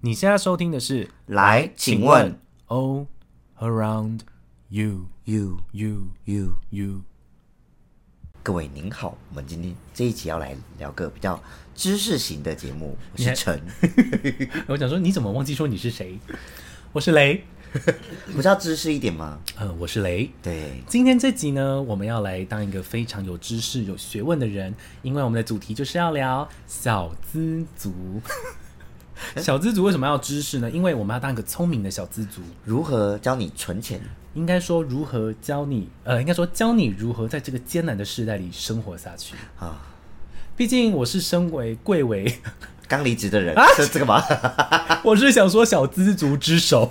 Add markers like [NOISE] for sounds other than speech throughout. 你现在收听的是，来，请问 All Around You you You you， You。各位您好，我们今天这一集要来聊个比较知识型的节目，我你还是陈， [LAUGHS] 我想说，你怎么忘记说你是谁？我是雷，不知道知识一点吗？呃，我是雷。对，今天这集呢，我们要来当一个非常有知识、有学问的人，因为我们的主题就是要聊小资 [LAUGHS] 族。小资族为什么要知识呢？因为我们要当一个聪明的小资族，如何教你存钱？应该说如何教你，呃，应该说教你如何在这个艰难的时代里生活下去啊。毕竟我是身为贵为， [LAUGHS] 刚离职的人啊是这个吗？我是想说小资族之首，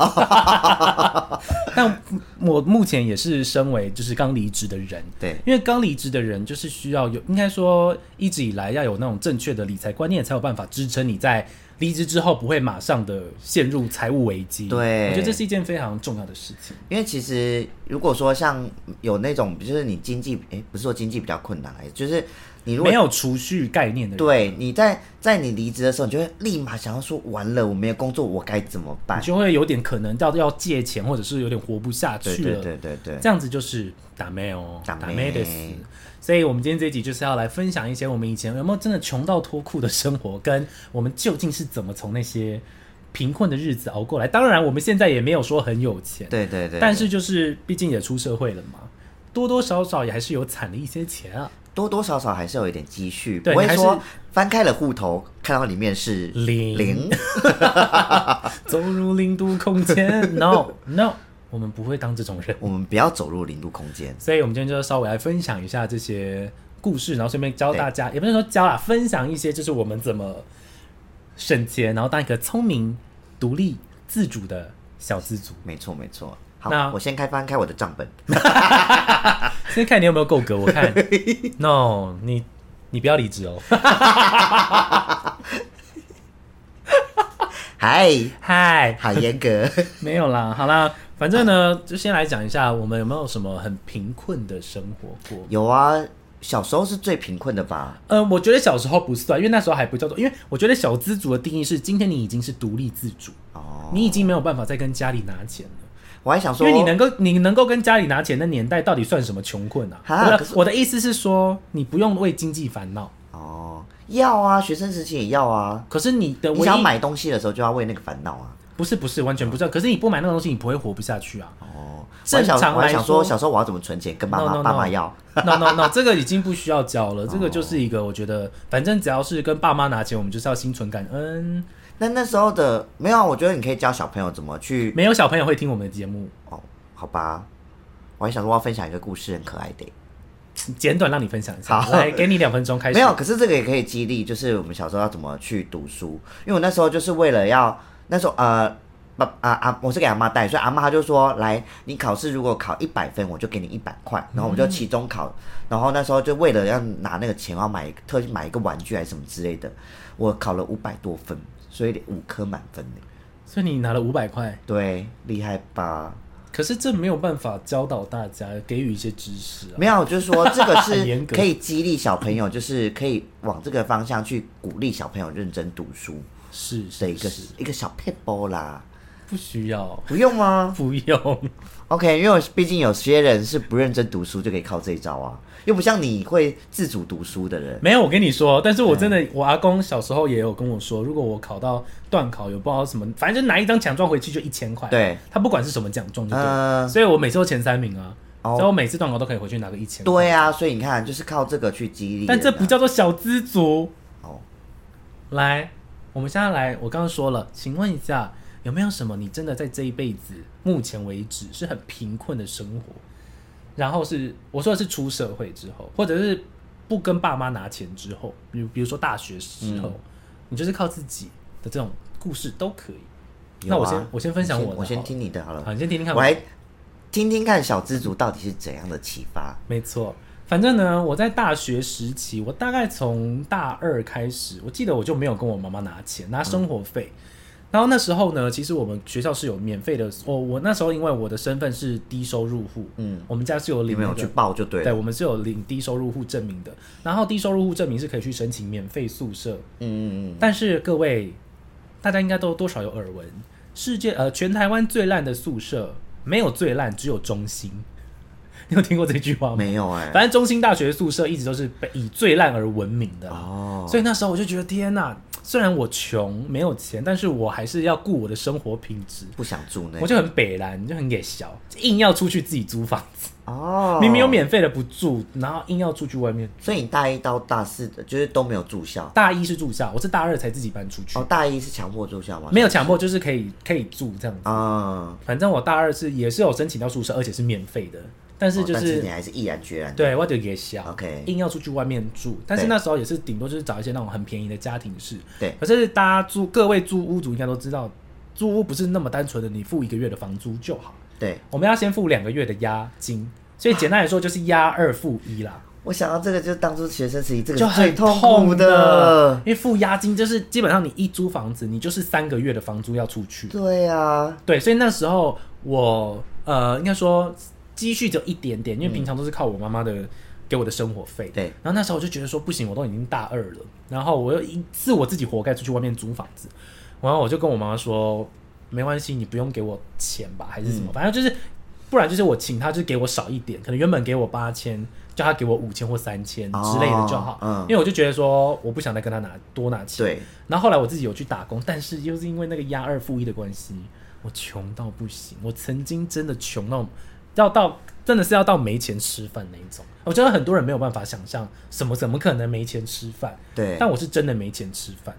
[LAUGHS] 但我目前也是身为就是刚离职的人，对因为刚离职的人就是需要有，应该说一直以来要有那种正确的理财观念，才有办法支撑你在离职之后不会马上的陷入财务危机。对我觉得这是一件非常重要的事情。因为其实如果说像有那种，就是你经济，诶，不是说经济比较困难，就是你如果没有储蓄概念的人，对你在在你离职的时候，你就会立马想要说，完了，我没有工作，我该怎么办你？就会有点可能到要借钱，或者是有点活不下去对了。对对对对，这样子就是打妹哦，打妹妹的死。所以，我们今天这一集就是要来分享一些我们以前有没有真的穷到脱裤的生活，跟我们究竟是怎么从那些贫困的日子熬过来。当然，我们现在也没有说很有钱，对对对，但是就是毕竟也出社会了嘛，多多少少也还是有攒了一些钱啊，多多少少还是有一点积蓄，不对会你还是说翻开了户头看到里面是零零， [LAUGHS] 走入零度空间。no [LAUGHS] No，我们不会当这种人。我们不要走入零度空间。所以我们今天就稍微来分享一下这些故事，然后顺便教大家，也不是说教啦，分享一些就是我们怎么省钱，然后当一个聪明、独立、自主的小资族。没错没错。好那，我先开翻开我的账本。先看你有没有够格，我看，no，你你不要离职哦。嗨，嗨，好严格。 [LAUGHS] 没有啦，好啦，反正呢，就先来讲一下我们有没有什么很贫困的生活过。有啊，小时候是最贫困的吧？嗯，我觉得小时候不算，因为那时候还不叫做，因为我觉得小资族的定义是，今天你已经是独立自主，哦，你已经没有办法再跟家里拿钱了。我还想因说，为你能够你能够跟家里拿钱的年代，到底算什么穷困啊？啊我可的是我的意思是说，你不用为经济烦恼，哦，要啊，学生时期也要啊。可是你的你唯想要一买东西的时候就要为那个烦恼啊。不是不是完全不是，可是你不买那个东西，你不会活不下去啊。 [LAUGHS] 哦，我还正想常我还来想说，小时候我要怎么存钱？跟爸妈 No, no, no 爸妈要。 no no no，这个 [LAUGHS] 已经不需要教哦了，这个就是一个我觉得，反正只要是跟爸妈拿钱，我们就是要心存感恩。那那时候的没有啊，我觉得你可以教小朋友怎么去。没有小朋友会听我们的节目，哦，好吧，我还想说我要分享一个故事，很可爱的。简短让你分享一下，好来给你两分钟开始。没有，可是这个也可以激励，就是我们小时候要怎么去读书。因为我那时候就是为了要那时候呃，爸啊啊，我是给阿妈带，所以阿妈她就说，来，你考试如果考一百分，我就给你一百块。然后我们就期中考，然后那时候就为了要拿那个钱，我要买特地买一个玩具还是什么之类的，我考了五百多分，所以五科满分呢。所以你拿了五百块，对，厉害吧？可是这没有办法教导大家，给予一些知识啊。没有，就是说这个 [LAUGHS] 很是严格可以激励小朋友，就是可以往这个方向去鼓励小朋友认真读书是的是一个是，一个小 p e b 啦，不需要，不用吗不用。 ？OK，因为我毕竟有些人是不认真读书就可以靠这一招啊，又不像你会自主读书的人。没有，我跟你说，但是我真的，我阿公小时候也有跟我说，如果我考到段考，有不知道什么，反正就拿一张奖状回去就一千块。对，他不管是什么奖状就对了，嗯所以我每次都前三名啊，哦所以我每次段考都可以回去拿个一千。，对啊，所以你看，就是靠这个去激励人啊。但这不叫做小资族。哦，来，我们现在来，我刚刚说了，请问一下，有没有什么你真的在这一辈子目前为止是很贫困的生活？然后是我说的是出社会之后，或者是不跟爸妈拿钱之后，比如比如说大学时候，你就是靠自己的这种故事都可以。那我有啊先我先分享你我的我先好了听你的好好，了，你先听听看我。来听听看小知足到底是怎样的启发。没错，反正呢，我在大学时期，我大概从大二开始，我记得我就没有跟我妈妈拿钱，拿生活费。然后那时候呢，其实我们学校是有免费的。我、我那时候因为我的身份是低收入户，嗯，我们家是有你领们那有个去报就对对，了。我们是有领低收入户证明的。然后低收入户证明是可以去申请免费宿舍，嗯嗯嗯，但是各位大家应该都多少有耳闻，世界呃全台湾最烂的宿舍没有最烂，只有中心。你有听过这句话吗？没有哎、反正中心大学宿舍一直都是被以最烂而闻名的啦。哦，所以那时候我就觉得天哪，虽然我穷没有钱，但是我还是要顾我的生活品质。不想住那我就很北蓝，就很野小，硬要出去自己租房子，哦，明明有，免费的不住，然后硬要出去外面。所以你大一到大四的就是都没有住校大一是住校，我是大二才自己搬出去，哦，大一是强迫住校吗？没有强迫，就是可以可以住这样子。啊，反正我大二是也是有申请到宿舍，而且是免费的，但是就哦但是、你还是毅然决然的对我就野小 OK 硬要出去外面住。但是对那时候也是顶多就是找一些那种很便宜的家庭式，对可是大家租各位租屋主应该都知道，租屋不是那么单纯的你付一个月的房租就好，对，我们要先付两个月的押金，所以简单来说就是押二付一啦，我想到这个就是当初学生时期这个就是嗯最很痛苦痛的，因为付押金就是基本上你一租房子，你就是三个月的房租要出去。对啊，对，所以那时候我呃，应该说积蓄只有一点点，因为平常都是靠我妈妈的给我的生活费。对然后那时候我就觉得说不行，我都已经大二了，然后我又一是我自己活该出去外面租房子，然后我就跟我妈妈说，没关系，你不用给我钱吧，还是什么，嗯反正就是。不然就是我请他，就是给我少一点，可能原本给我八千，叫他给我五千或三千之类的就好，哦嗯因为我就觉得说我不想再跟他拿多拿钱，对，然后后来我自己有去打工，但是又是因为那个押二付一的关系，我穷到不行。我曾经真的穷到要到真的是要到没钱吃饭那一种。我觉得很多人没有办法想象，什么怎么可能没钱吃饭？对，但我是真的没钱吃饭，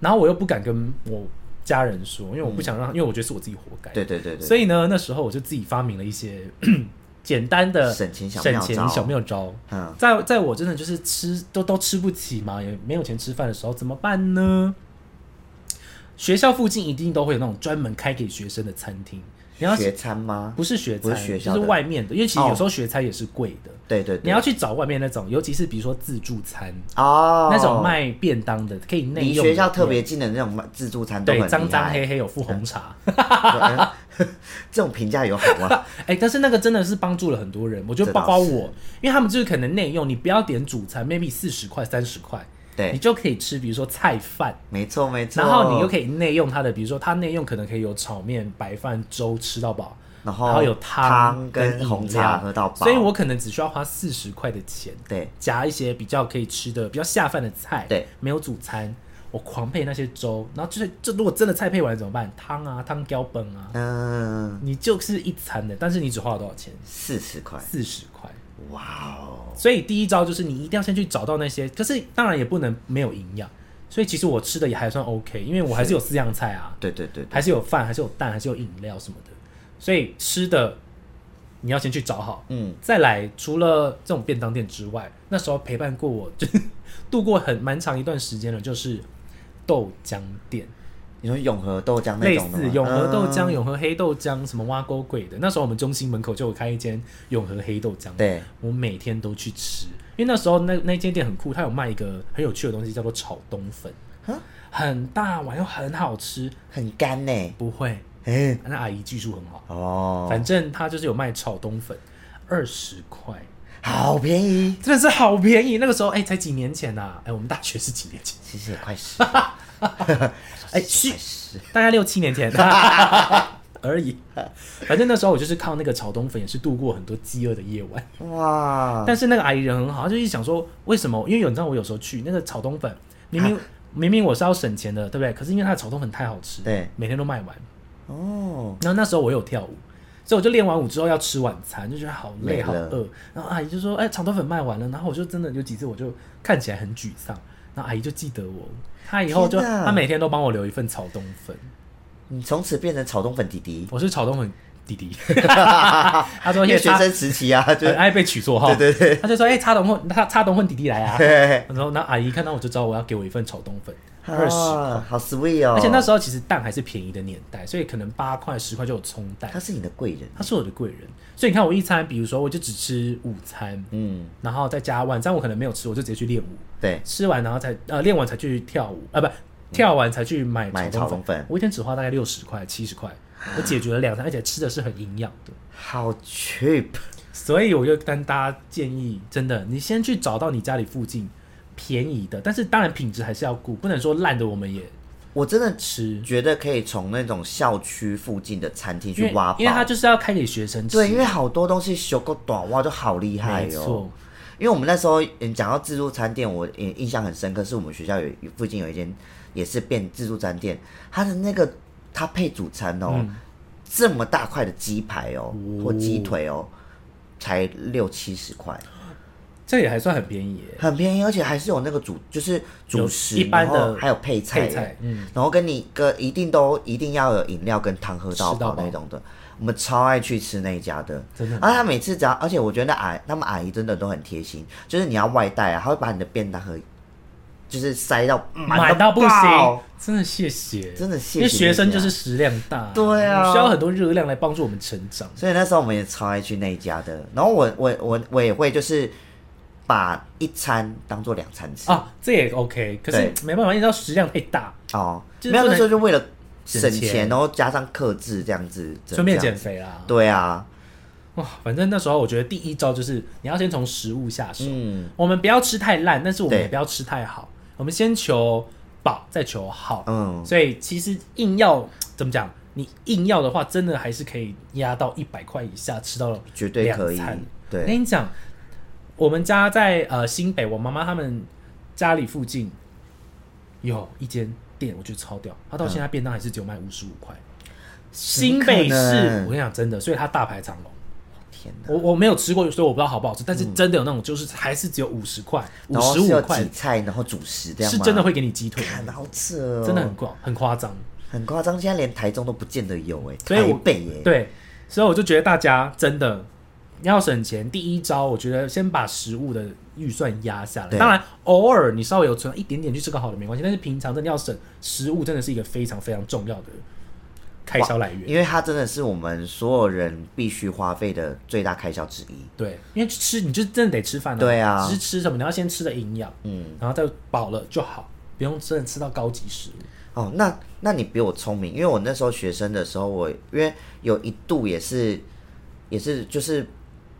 然后我又不敢跟我家人说，因为我不想让，因为我觉得是我自己活该。嗯对对对对，所以以呢，那时候我就自己发明了一些 [COUGHS] 简单的省钱小省妙钱招小妙招。嗯，在在我真的就是吃都都吃不起嘛，也没有钱吃饭的时候怎么办呢？学校附近一定都会有那种专门开给学生的餐厅，你要学餐吗？不是学不餐，是学校就的是外面的，因为其实哦有时候学餐也是贵的，对对对，你要去找外面那种，尤其是比如说自助餐、哦，那种卖便当的，可以内离用的学校特别近的那种自助餐都对很厉害脏脏黑黑 [LAUGHS] 有附红 [LAUGHS] 茶，对嗯 [LAUGHS] 这种评价有好 [LAUGHS] 吗？哎、但是那个真的是帮助了很多人，我觉得这倒包括是我，因为他们就是可能内用，你不要点主餐，maybe 四十块、三十块，你对，就可以吃，比如说菜饭，没错哎没错。然后你又可以，以内用它的，比如说它内用可能可以有炒面、白饭、粥吃到饱，然然后后有汤跟跟红饮料茶喝到饱，所以我可能只需要花四十块的钱，对夹一些比较可以吃的、比较下饭的菜，对，没有主餐，我狂配那些粥，然后就是这如果真的菜配完了怎么办？汤啊，汤浇本啊，嗯你就是一餐的，但是你只花了多少钱？四十块，四十块。哇哦，所以第一招就是你一定要先去找到那些，可是当然也不能没有营养。所以其实我吃的也还算 OK，因为我还是有四样菜啊，对对对对，还是有饭，还是有蛋，还是有饮料什么的。所以吃的你要先去找好，嗯，再来除了这种便当店之外，那时候陪伴过我，就是 [LAUGHS] 度过很蛮长一段时间的，就是豆浆店，你说永和豆浆那类种的吗似永和豆浆、嗯永和黑豆浆、什么挖沟鬼的。那时候我们中心门口就有开一间永和黑豆浆，对我每天都去吃，因为那时候那那间店很酷，它有卖一个很有趣的东西，叫做炒冬粉啊，很大碗又很好吃，很干呢，不会。哎那阿姨技术很好，哦，反正她就是有卖炒冬粉，二十块，好便宜，真的是好便宜。那个时候，哎、才几年前呐、啊，哎、我们大学是几年前？其实也快 [LAUGHS] 十，哎、快是十，大概六七年 [LAUGHS] 前而已。反正那时候我就是靠那个炒冬粉，也是度过很多饥饿的夜晚。哇，但是那个阿姨人很好，她就是想说为什么？因为有你知道我有时候去那个炒冬粉，明嗯明、明明我是要省钱的，对不对？可是因为她的炒冬粉太好吃，对每天都卖完。哦，然后那时候我有跳舞，所以我就练完舞之后要吃晚餐，就觉得好累累好了饿。然后阿姨就说：“哎、炒冬粉卖完了。”然后我就真的有几次我就看起来很沮丧，然后阿姨就记得我，她以后就天哪她每天都帮我留一份炒冬粉，你从此变成炒冬粉弟弟，我是炒冬粉弟 [LAUGHS] 弟。她说：“因因为为学她生时 [LAUGHS] 期啊，就很爱被取绰号，对对对，他就说：“哎、插董混，他插董混弟弟来啊。” [LAUGHS] 对，然后那阿姨看到我就知道我要给我一份炒冬粉，二十、啊，好 sweet 哦，而且那时候候其实蛋还是便宜的年代，所以可能八块十块就有葱蛋他。是你的贵人，他是我的贵人，所以你看我一餐，比如说我就只吃午餐，嗯，然后再加晚餐我可能没有吃，我就直接去练舞，对，吃完然后才呃练完才去跳舞啊，不跳完才去买嗯买炒炒冬粉我一天只花大概六十块七十块，我解决了两餐，而且吃的是很营养的。好 cheap，所以我就跟大家建议，真的，你先去找到你家里附近便宜的，但是当然品质还是要顾，不能说烂的我们也我真的吃，觉得可以从那种校区附近的餐厅因为去挖宝，因为它就是要开给学生吃。对，因为好多东西修个短袜就好厉害没哦。错，因为我们那时候嗯讲到自助餐店，我印印象很深刻，是我们学校有有附近有一间也是变自助餐店，它的那个它配主餐哦，嗯这么大块的鸡排哦哦或鸡腿哦，才六七十块，嗯这也还算很便宜耶。很便宜，而且还是有那个主就是主有食，一般的然后还有配菜配菜嗯然后跟你个一定都一定要有饮料跟汤喝到吃到饱饱那种的。我们超爱去吃那一家的，真的啊，他每次只要，而且我觉得那阿他们阿姨真的都很贴心，就是你要外带啊，他会把你的便当盒就是塞到买到到不行爆，真的谢谢，真的谢谢因为学生大家就是食量大，对啊需要很多热量来帮助我们成长。所以那时候我们也超爱去那一家的。然后我我我我也会就是把一餐当做两餐吃啊，这也 OK，可是对没办法，你知道食量太大，哦，啊就是没有不能那时候就为了省省钱，钱然后加上克制这样子，只能顺便这减样肥啦。对啊，哇，反正那时候我觉得第一招就是你要先从食物下手，嗯我们不要吃太烂，但是我们对也不要吃太好，我们先求饱，再求好。嗯，所以其实硬要怎么讲，你硬要的话，真的还是可以压到一百块以下，吃到绝对可以两餐。我对，跟你讲，我们家在呃新北，我妈妈他们家里附近有一间店，我觉得超屌。他到现在便当还是只有卖五十五块。新北嗯可市，能我跟你讲真的，所以它大排长龙。天哪，我我没有吃过，所以我不知道好不好吃。但是真的有那种，就是还是只有五十块、五嗯然后十是五有块几，菜，然后主食这样是吗真的会给你鸡腿，看好扯哦，真的很夸很夸张。很夸张，现在连台中都不见得有哎、所以台我北耶、对，所以我就觉得大家真的要省钱，第一招我觉得先把食物的预算压下来。对当然，偶尔你稍微有存一点点去吃个好的没关系，但是平常真的要省，食物真的是一个非常非常重要的开销来源。因为它真的是我们所有人必须花费的最大开销之一。对，因为吃你就真的得吃饭、对啊只是吃什么你要先吃的营养，嗯，然后再饱了就好，不用真的吃到高级食物。哦，那那你比我聪明，因为我那时候学生的时候我，因为有一度也是也是就是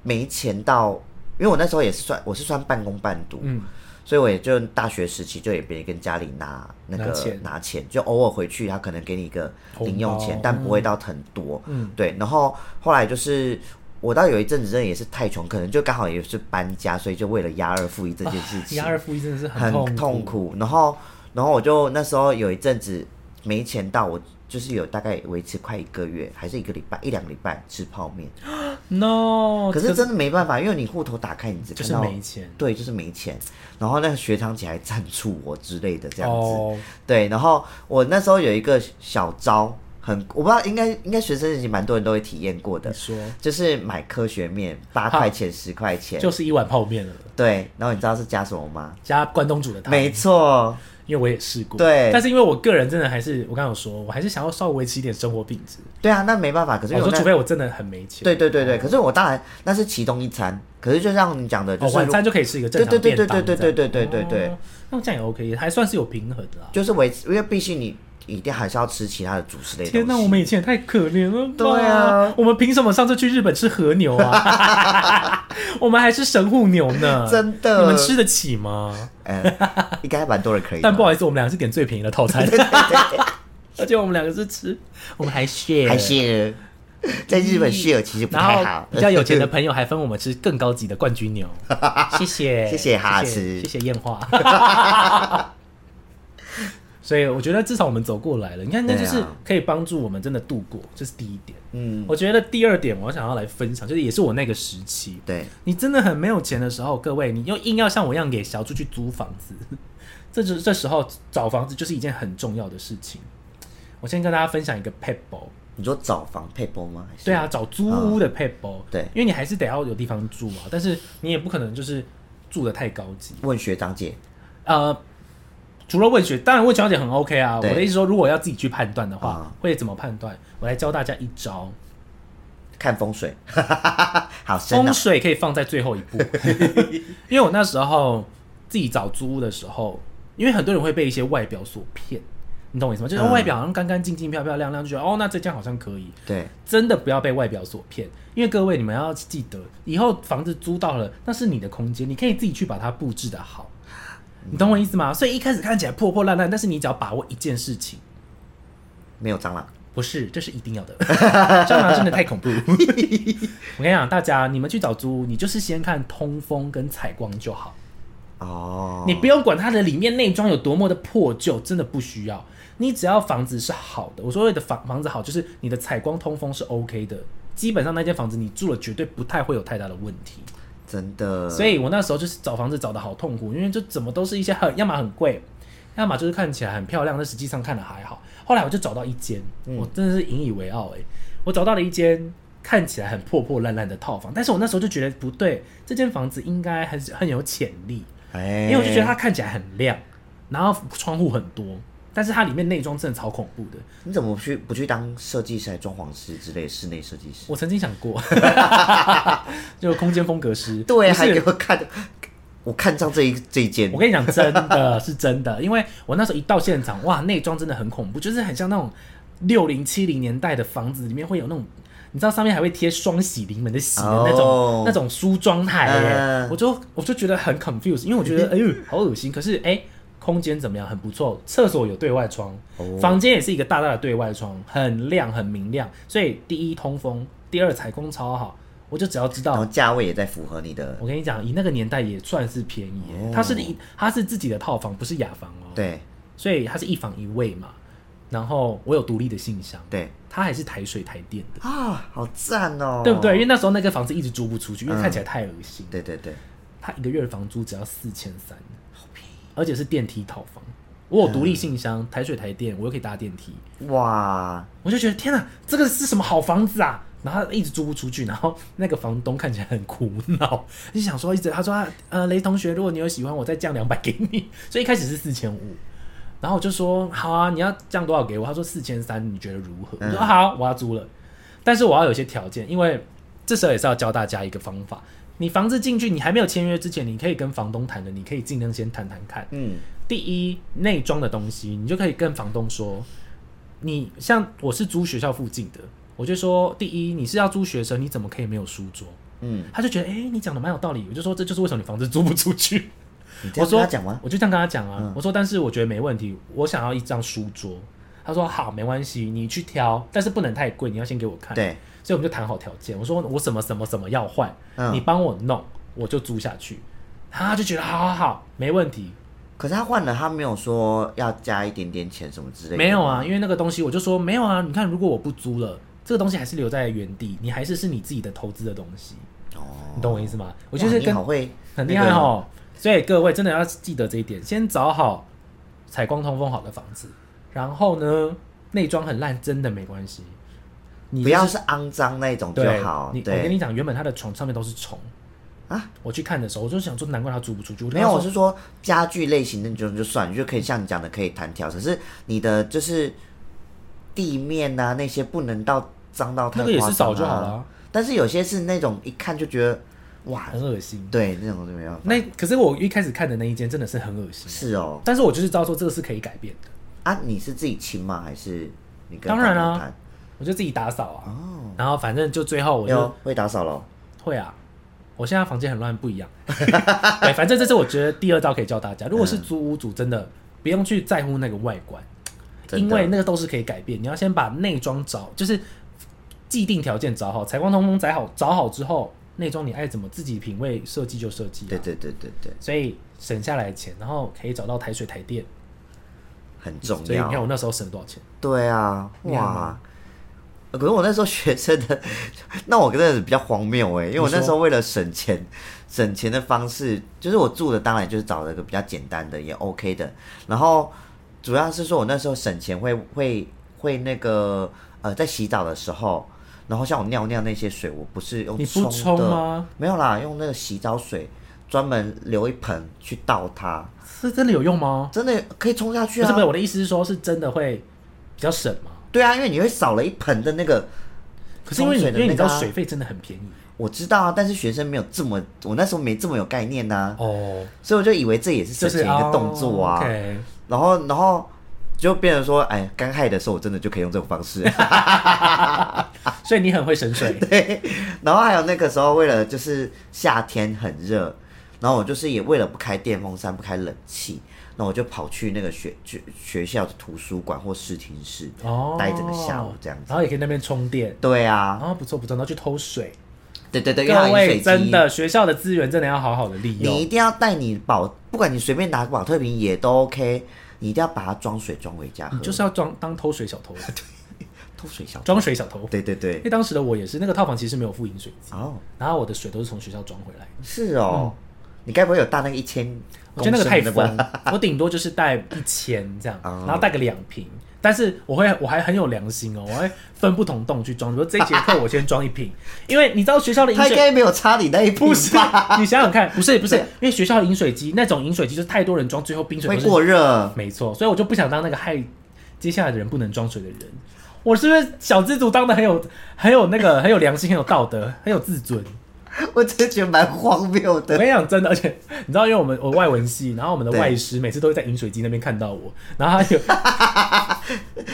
没钱到，因为我那时候也是算我是算半工半读，嗯，所以我也就大学时期就也别跟家里拿那个拿钱就偶尔回去他可能给你一个零用红钱包，但不会到很多。嗯，对。然后后来就是我到有一阵子真的也是太穷，可能就刚好也是搬家，所以就为了押二付一这件事 [LAUGHS] 情，压二付一真的是很痛痛苦。然后然后我就那时候有一阵子没钱到我。就是有大概维持快一个月，还是一个礼拜，一两个礼拜吃泡面。 No，可是真的没办法，因为你户头打开，你只哦就看是到没钱对，就是没钱。然后那个学长姐还赞助我之类的这样子。哦，对，然后我那时候有一个小招，很我不知道，应该应该学生已经蛮多人都会体验过你的，说就是买科学面，八好块钱、十块钱。就是一碗泡面了。对，然后你知道是加什么吗？加关东煮的汤，没错，因为我也试过，对但是因为我个人真的还是，我刚刚有说，我还是想要稍微维持一点生活品质。对啊，那没办法，可是我因为哦说，我那除非我真的很没钱，哦对对对对，可是我当然那是其中一餐，可是就像你讲的，就哦，是晚如餐就可以吃一个正对常对的对便对当对对对对对这对样对哦，那这样也 OK，还算是有平衡的啦。就是维持，因为毕竟你一定还是要吃其他的主食类的东天西。哪，我们以前也太可怜了吧？对啊，我们凭什么上次去日本吃和牛啊？ [LAUGHS] 我们还吃神户牛呢，真的你们吃得起吗？嗯，应该蛮多人可以 [LAUGHS] 的。但不好意思，我们俩是点最便宜的套 [LAUGHS] 餐，而且我们两个是吃，我们还 share，还是 [LAUGHS] 在日本室友其实不然太后好，嗯比较有钱的朋友还分我们吃更高级的冠 [LAUGHS] 军牛，谢谢，谢谢哈谢吃谢谢艳华。 [LAUGHS] 所以我觉得至少我们走过来了，你看，那就对啊是可以帮助我们真的度过，这是第一点。嗯，我觉得第二点，我想要来分享，就是也是我那个时期，对，你真的很没有钱的时候，各位，你又硬要像我一样给小猪去租房子， [LAUGHS] 这就这时候找房子就是一件很重要的事情。我先跟大家分享一个 pebble，你说找房配波吗？还是对，啊，找租屋的配包、对因为你还是得要有地方住嘛，但是你也不可能就是住的太高级。问学长姐。呃，除了问学，当然问学长姐很 OK 啊。我对的意思说，如果要自己去判断的话，啊会怎么判断？我来教大家一招，看风水， [LAUGHS] 好深风啊！水可以放在最后一步， [LAUGHS] 因为我那时候自己找租屋的时候，因为很多人会被一些外表所骗。你懂我意思吗？就是嗯外表好像干干净净、漂漂亮亮，就觉得哦，那这间好像可以。对，真的不要被外表所骗，因为各位你们要记得，以后房子租到了，那是你的空间，你可以自己去把它布置的好，你懂我意思吗？所以一开始看起来破破烂烂，但是你只要把握一件事情，没有蟑螂。不是，这是一定要的。 [LAUGHS] 蟑螂真的太恐怖。我跟你讲，大家你们去找租屋，你就是先看通风跟采光就好，哦，你不用管它的里面内装有多么的破旧，真的不需要。你只要房子是好的，我所谓的房房子好，就是你的采光通风是 OK 的，基本上那间房子你住了绝对不太会有太大的问题。真的，所以我那时候就是找房子找的好痛苦，因为就怎么都是一些很，要么很贵，要么就是看起来很漂亮，但实际上看的还好。后来我就找到一间，我真的是引以为傲哎、我找到了一间看起来很破破烂烂的套房，但是我那时候就觉得不对，这间房子应该还是很有潜力，哎，因为我就觉得它看起来很亮，然后窗户很多，但是它里面内装真的超恐怖的。你怎么不去不去当设计师、还装潢师之类的室内设计师？我曾经想过， [LAUGHS] 就空间风格师，对，啊不还是给我看，我看上这一这一间我，跟你讲，真的是真的，因为我那时候一到现场，哇，内装真的很恐怖，就是很像那种六零七零年代的房子里面会有那种，你知道上面还会贴双喜临门的喜的那种、哦那种梳妆台耶，嗯我就我就觉得很 confused，因为我觉得哎呦好恶心，可是哎。空间怎么样？很不错，厕所有对外窗，哦房间也是一个大大的对外窗，很亮很明亮。所以第一通风，第二采光超好，我就只要知道然后价位也在符合你的，我跟你讲，以那个年代也算是便宜耶、哦它是一它是自己的套房，不是雅房哦。，对所以它是一房一卫嘛。然后我有独立的信箱，对它还是台水台电的，啊，好赞哦，对不对？因为那时候那个房子一直租不出去，因为嗯看起来太恶心。对对对，它一个月的房租只要四千三，好便宜，而且是电梯套房。我有独嗯立信箱，台水台电，我又可以搭电梯，哇，我就觉得天哪，这个是什么好房子啊！然后他一直租不出去，然后那个房东看起来很苦恼，就想说一直他说啊呃雷同学，如果你有喜欢，我再降两百给你， [LAUGHS] 所以一开始是四千五，然后我就说好啊，你要降多少给我？他说四千三，你觉得如何？我说、啊、好，我要租了，但是我要有一些条件，因为这时候也是要教大家一个方法，你房子进去你还没有签约之前，你可以跟房东谈的，你可以尽量先谈谈看，嗯，第一内装的东西，你就可以跟房东说，你像我是租学校附近的，我就说第一你是要租学生，你怎么可以没有书桌？嗯，他就觉得哎、诶你讲的蛮有道理，我就说这就是为什么你房子租不出去。你这我样跟说他讲吗？我就这样跟他讲啊，我说但是我觉得没问题，我想要一张书桌。他说好，没关系，你去挑，但是不能太贵，你要先给我看。，对，所以我们就谈好条件。我说我什么什么什么要换，嗯你帮我弄，我就租下去。他就觉得好好好，没问题，可是他换了，他没有说要加一点点钱什么之类的，没有啊，因为那个东西我就说没有啊。你看，如果我不租了，这个东西还是留在原地，你还是是你自己的投资的东西，哦，你懂我意思吗？我我觉得你跟好会，很厉害哦。所以各位真的要记得这一点，先找好采光通风好的房子，然后呢，内装很烂真的没关系，你那个，就不要是肮脏那种就对好，你我跟你对讲，原本他的床上面都是虫啊。我去看的时候，我就想说，难怪他租不出去。我就没跟他有，我说是说家具类型那种就算，你就可以像你讲的可以弹条，可是你的就是地面啊那些不能到脏到太那个也夸是张扫就好了啊啊。但是有些是那种一看就觉得哇，很恶心。对那种就没办法。那可是我一开始看的那一间真的是很恶心。是哦，但是我就是知道说这个是可以改变的，啊，你是自己清吗？还是你跟当然房啊东谈？我就自己打扫啊，然后反正就最后我就哦有会打扫哦咯。会啊，我现在房间很乱不一样， [LAUGHS] 对，反正这是我觉得第二招可以教大家，如果嗯是租屋主，真的不用去在乎那个外观，真的因为那个都是可以改变，你要先把内装找，就是既定条件找好，采光通风找好，找好之后，内装你爱怎么自己品味设计就设计、啊，对对对对对，所以省下来的钱，然后可以找到台水台电，很重所以你看要。我那时候省了多少钱，对啊，厉害吗哇！呃可是我那时候学生的，那我真的是比较荒谬哎、因为我那时候为了省钱，省钱的方式就是我住的当然就是找了一个比较简单的也 OK 的，然后主要是说我那时候省钱会会会那个呃在洗澡的时候，然后像我尿尿那些水我不是用你冲不的，冲吗？没有啦，用那个洗澡水专门留一盆去倒它，是真的有用吗？真的可以冲下去不啊！是不是，我的意思是说，是真的会比较省嘛？对啊，因为你会少了一盆的那个。可是因为你、冲水的因为你知道那个啊水费真的很便宜我知道啊，但是学生没有这么，我那时候没这么有概念呐、哦，所以我就以为这也是就省是钱一个动作啊。哦，OK 然后，然后就变成说，哎，干旱的时候我真的就可以用这种方式。啊所以你很会省水，然后还有那个时候，为了就是夏天很热，然后我就是也为了不开电风扇、不开冷气，那我就跑去那个学学学校的图书馆或视听室，哦，待整个下午这样子然后也可以那边充电，对啊，哦，不错不错，然后去偷水。对对对，因为它各有饮水位机，真的，学校的资源真的要好好的利你一用。定要带你保，不管你随便拿个保特瓶也都 OK，你一定要把它装水装回家喝，你就是要装当偷水小 [LAUGHS] 偷，偷水小装水小偷。对对对因，为当时的我也是，那个套房其实没有附饮水机，哦，然后我的水都是从学校装回来的。是哦，你该不会有大那个一千我公觉升得那的个太吧？疯，我顶多就是带一千这样， [LAUGHS] 哦然后带个两瓶。但是我会，我还很有良心哦，我会分不同栋去装。比如说这一节课我先装一瓶， [LAUGHS] 因为你知道学校的饮他应水该没有差你那一步不是吧？，你想想看，不是不是，对因为学校的饮水机那种饮水机就是太多人装，最后冰水会都是过热，没错，所以我就不想当那个害接下来的人不能装水的人。我是不是小知足当的很有很有那个很有良心，很有道德，很有自尊？我真的觉得蛮荒谬我的。跟你讲真的，而且你知道，因为我们我外文系，然后我们的对外师每次都会在饮水机那边看到我，然后他有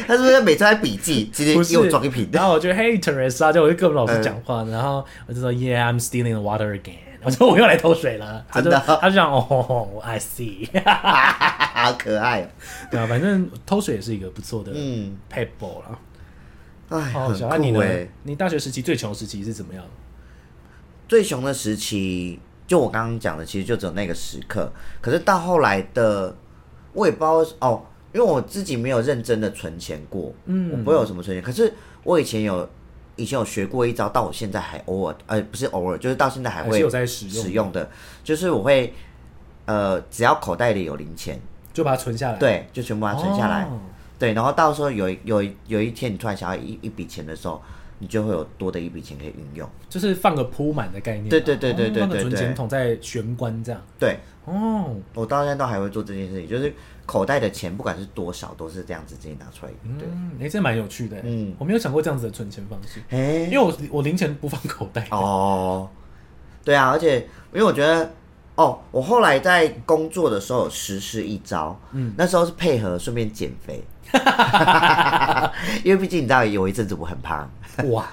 他是不是每次在笔记，直接不是又装一瓶嗯然后我就 Hey Teresa，就我就跟我们老师讲话，然后我就说 Yeah I'm stealing the water again，我说我又来偷水了，他就 [LAUGHS] 真的哦他就讲哦 I see， [LAUGHS] 好可爱哦。对啊，反正偷水也是一个不错的嗯， pebble 啦。哎，哦，很小安你酷呢哎。？你大学时期最穷时期是怎么样？最熊的时期，就我刚刚讲的，其实就只有那个时刻。可是到后来的，我也不知道哦，因为我自己没有认真的存钱过，嗯我不会有什么存钱。可是我以前有，以前有学过一招，到我现在还偶尔，呃，不是偶尔，就是到现在还还是会有在使用的使用的，就是我会，呃，只要口袋里有零钱，就把它存下来，，对，就全部把它存下来。哦对，然后到时候有一有一有一天你突然想要一一笔钱的时候，你就会有多的一笔钱可以运用。就是放个铺满的概念啊。对对对对对哦放个对存对钱筒在玄关这样。对，哦，我到现在都还会做这件事情，就是口袋的钱不管是多少，都是这样子自己拿出来。对，嗯，哎，这蛮有趣的。嗯嗯，我没有想过这样子的存钱方式，哎、因为我我零钱不放口袋。哦，对啊，而且因为我觉得，哦，我后来在工作的时候有实施一招，嗯，那时候是配合顺便减肥， [LAUGHS] 因为毕竟你知道有一阵子我很胖，哇，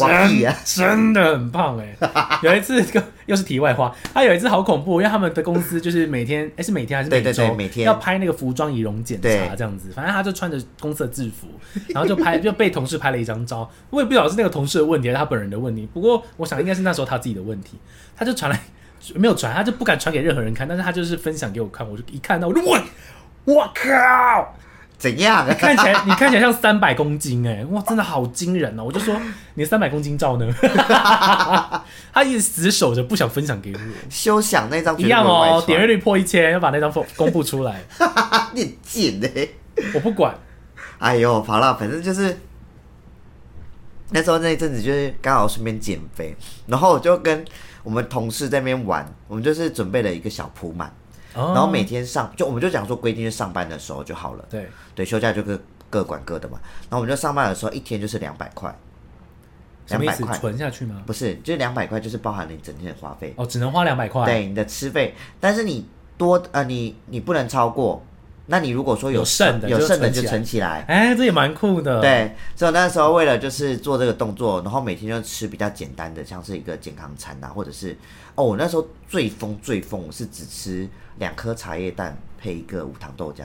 哇屁真啊真的很胖 [LAUGHS] 哎、有一次，这个又是题外话，他有一次好恐怖，因为他们的公司就是每天，哎、是每天还是每周对对对每天要拍那个服装仪容检查对这样子，反正他就穿着公司的制服，然后就 [LAUGHS] 拍就被同事拍了一张照，我也不晓得是那个同事的问题还是他本人的问题，不过我想应该是那时候他自己的问题，他就传来 [LAUGHS] 没有传，他就不敢传给任何人看，但是他就是分享给我看，我就一看到我就哇，我靠！怎样？ [LAUGHS] 看起来你看起来像三百公斤哎、哇，真的好惊人哦！我就说你的三百公斤照呢， [LAUGHS] 他一直死守着不想分享给我，休想那张一样哦，点阅率率破一千，要把那张公布出 [LAUGHS] 来，你贱呢、我不管， [LAUGHS] 哎呦，好了，反正就是那时候那一阵子就是刚好顺便减肥，然后我就跟我们同事在那边玩，我们就是准备了一个小铺满，哦然后每天上就我们就讲说规定是上班的时候就好了，对对，休假就各各管各的嘛，然后我们就上班的时候一天就是两百块，什两么意百思？块存下去吗？不是，就是两百块就是包含了你整天的花费，哦，只能花两百块，对你的吃费，但是你多呃你你不能超过，那你如果说有有剩的有就剩的存起来就存起来。哎，这也蛮酷的，，对，所以我那时候为了就是做这个动作，然后每天就吃比较简单的，像是一个健康餐啊，或者是哦，我那时候最疯最疯，我是只吃两颗茶叶蛋配一个无糖豆浆，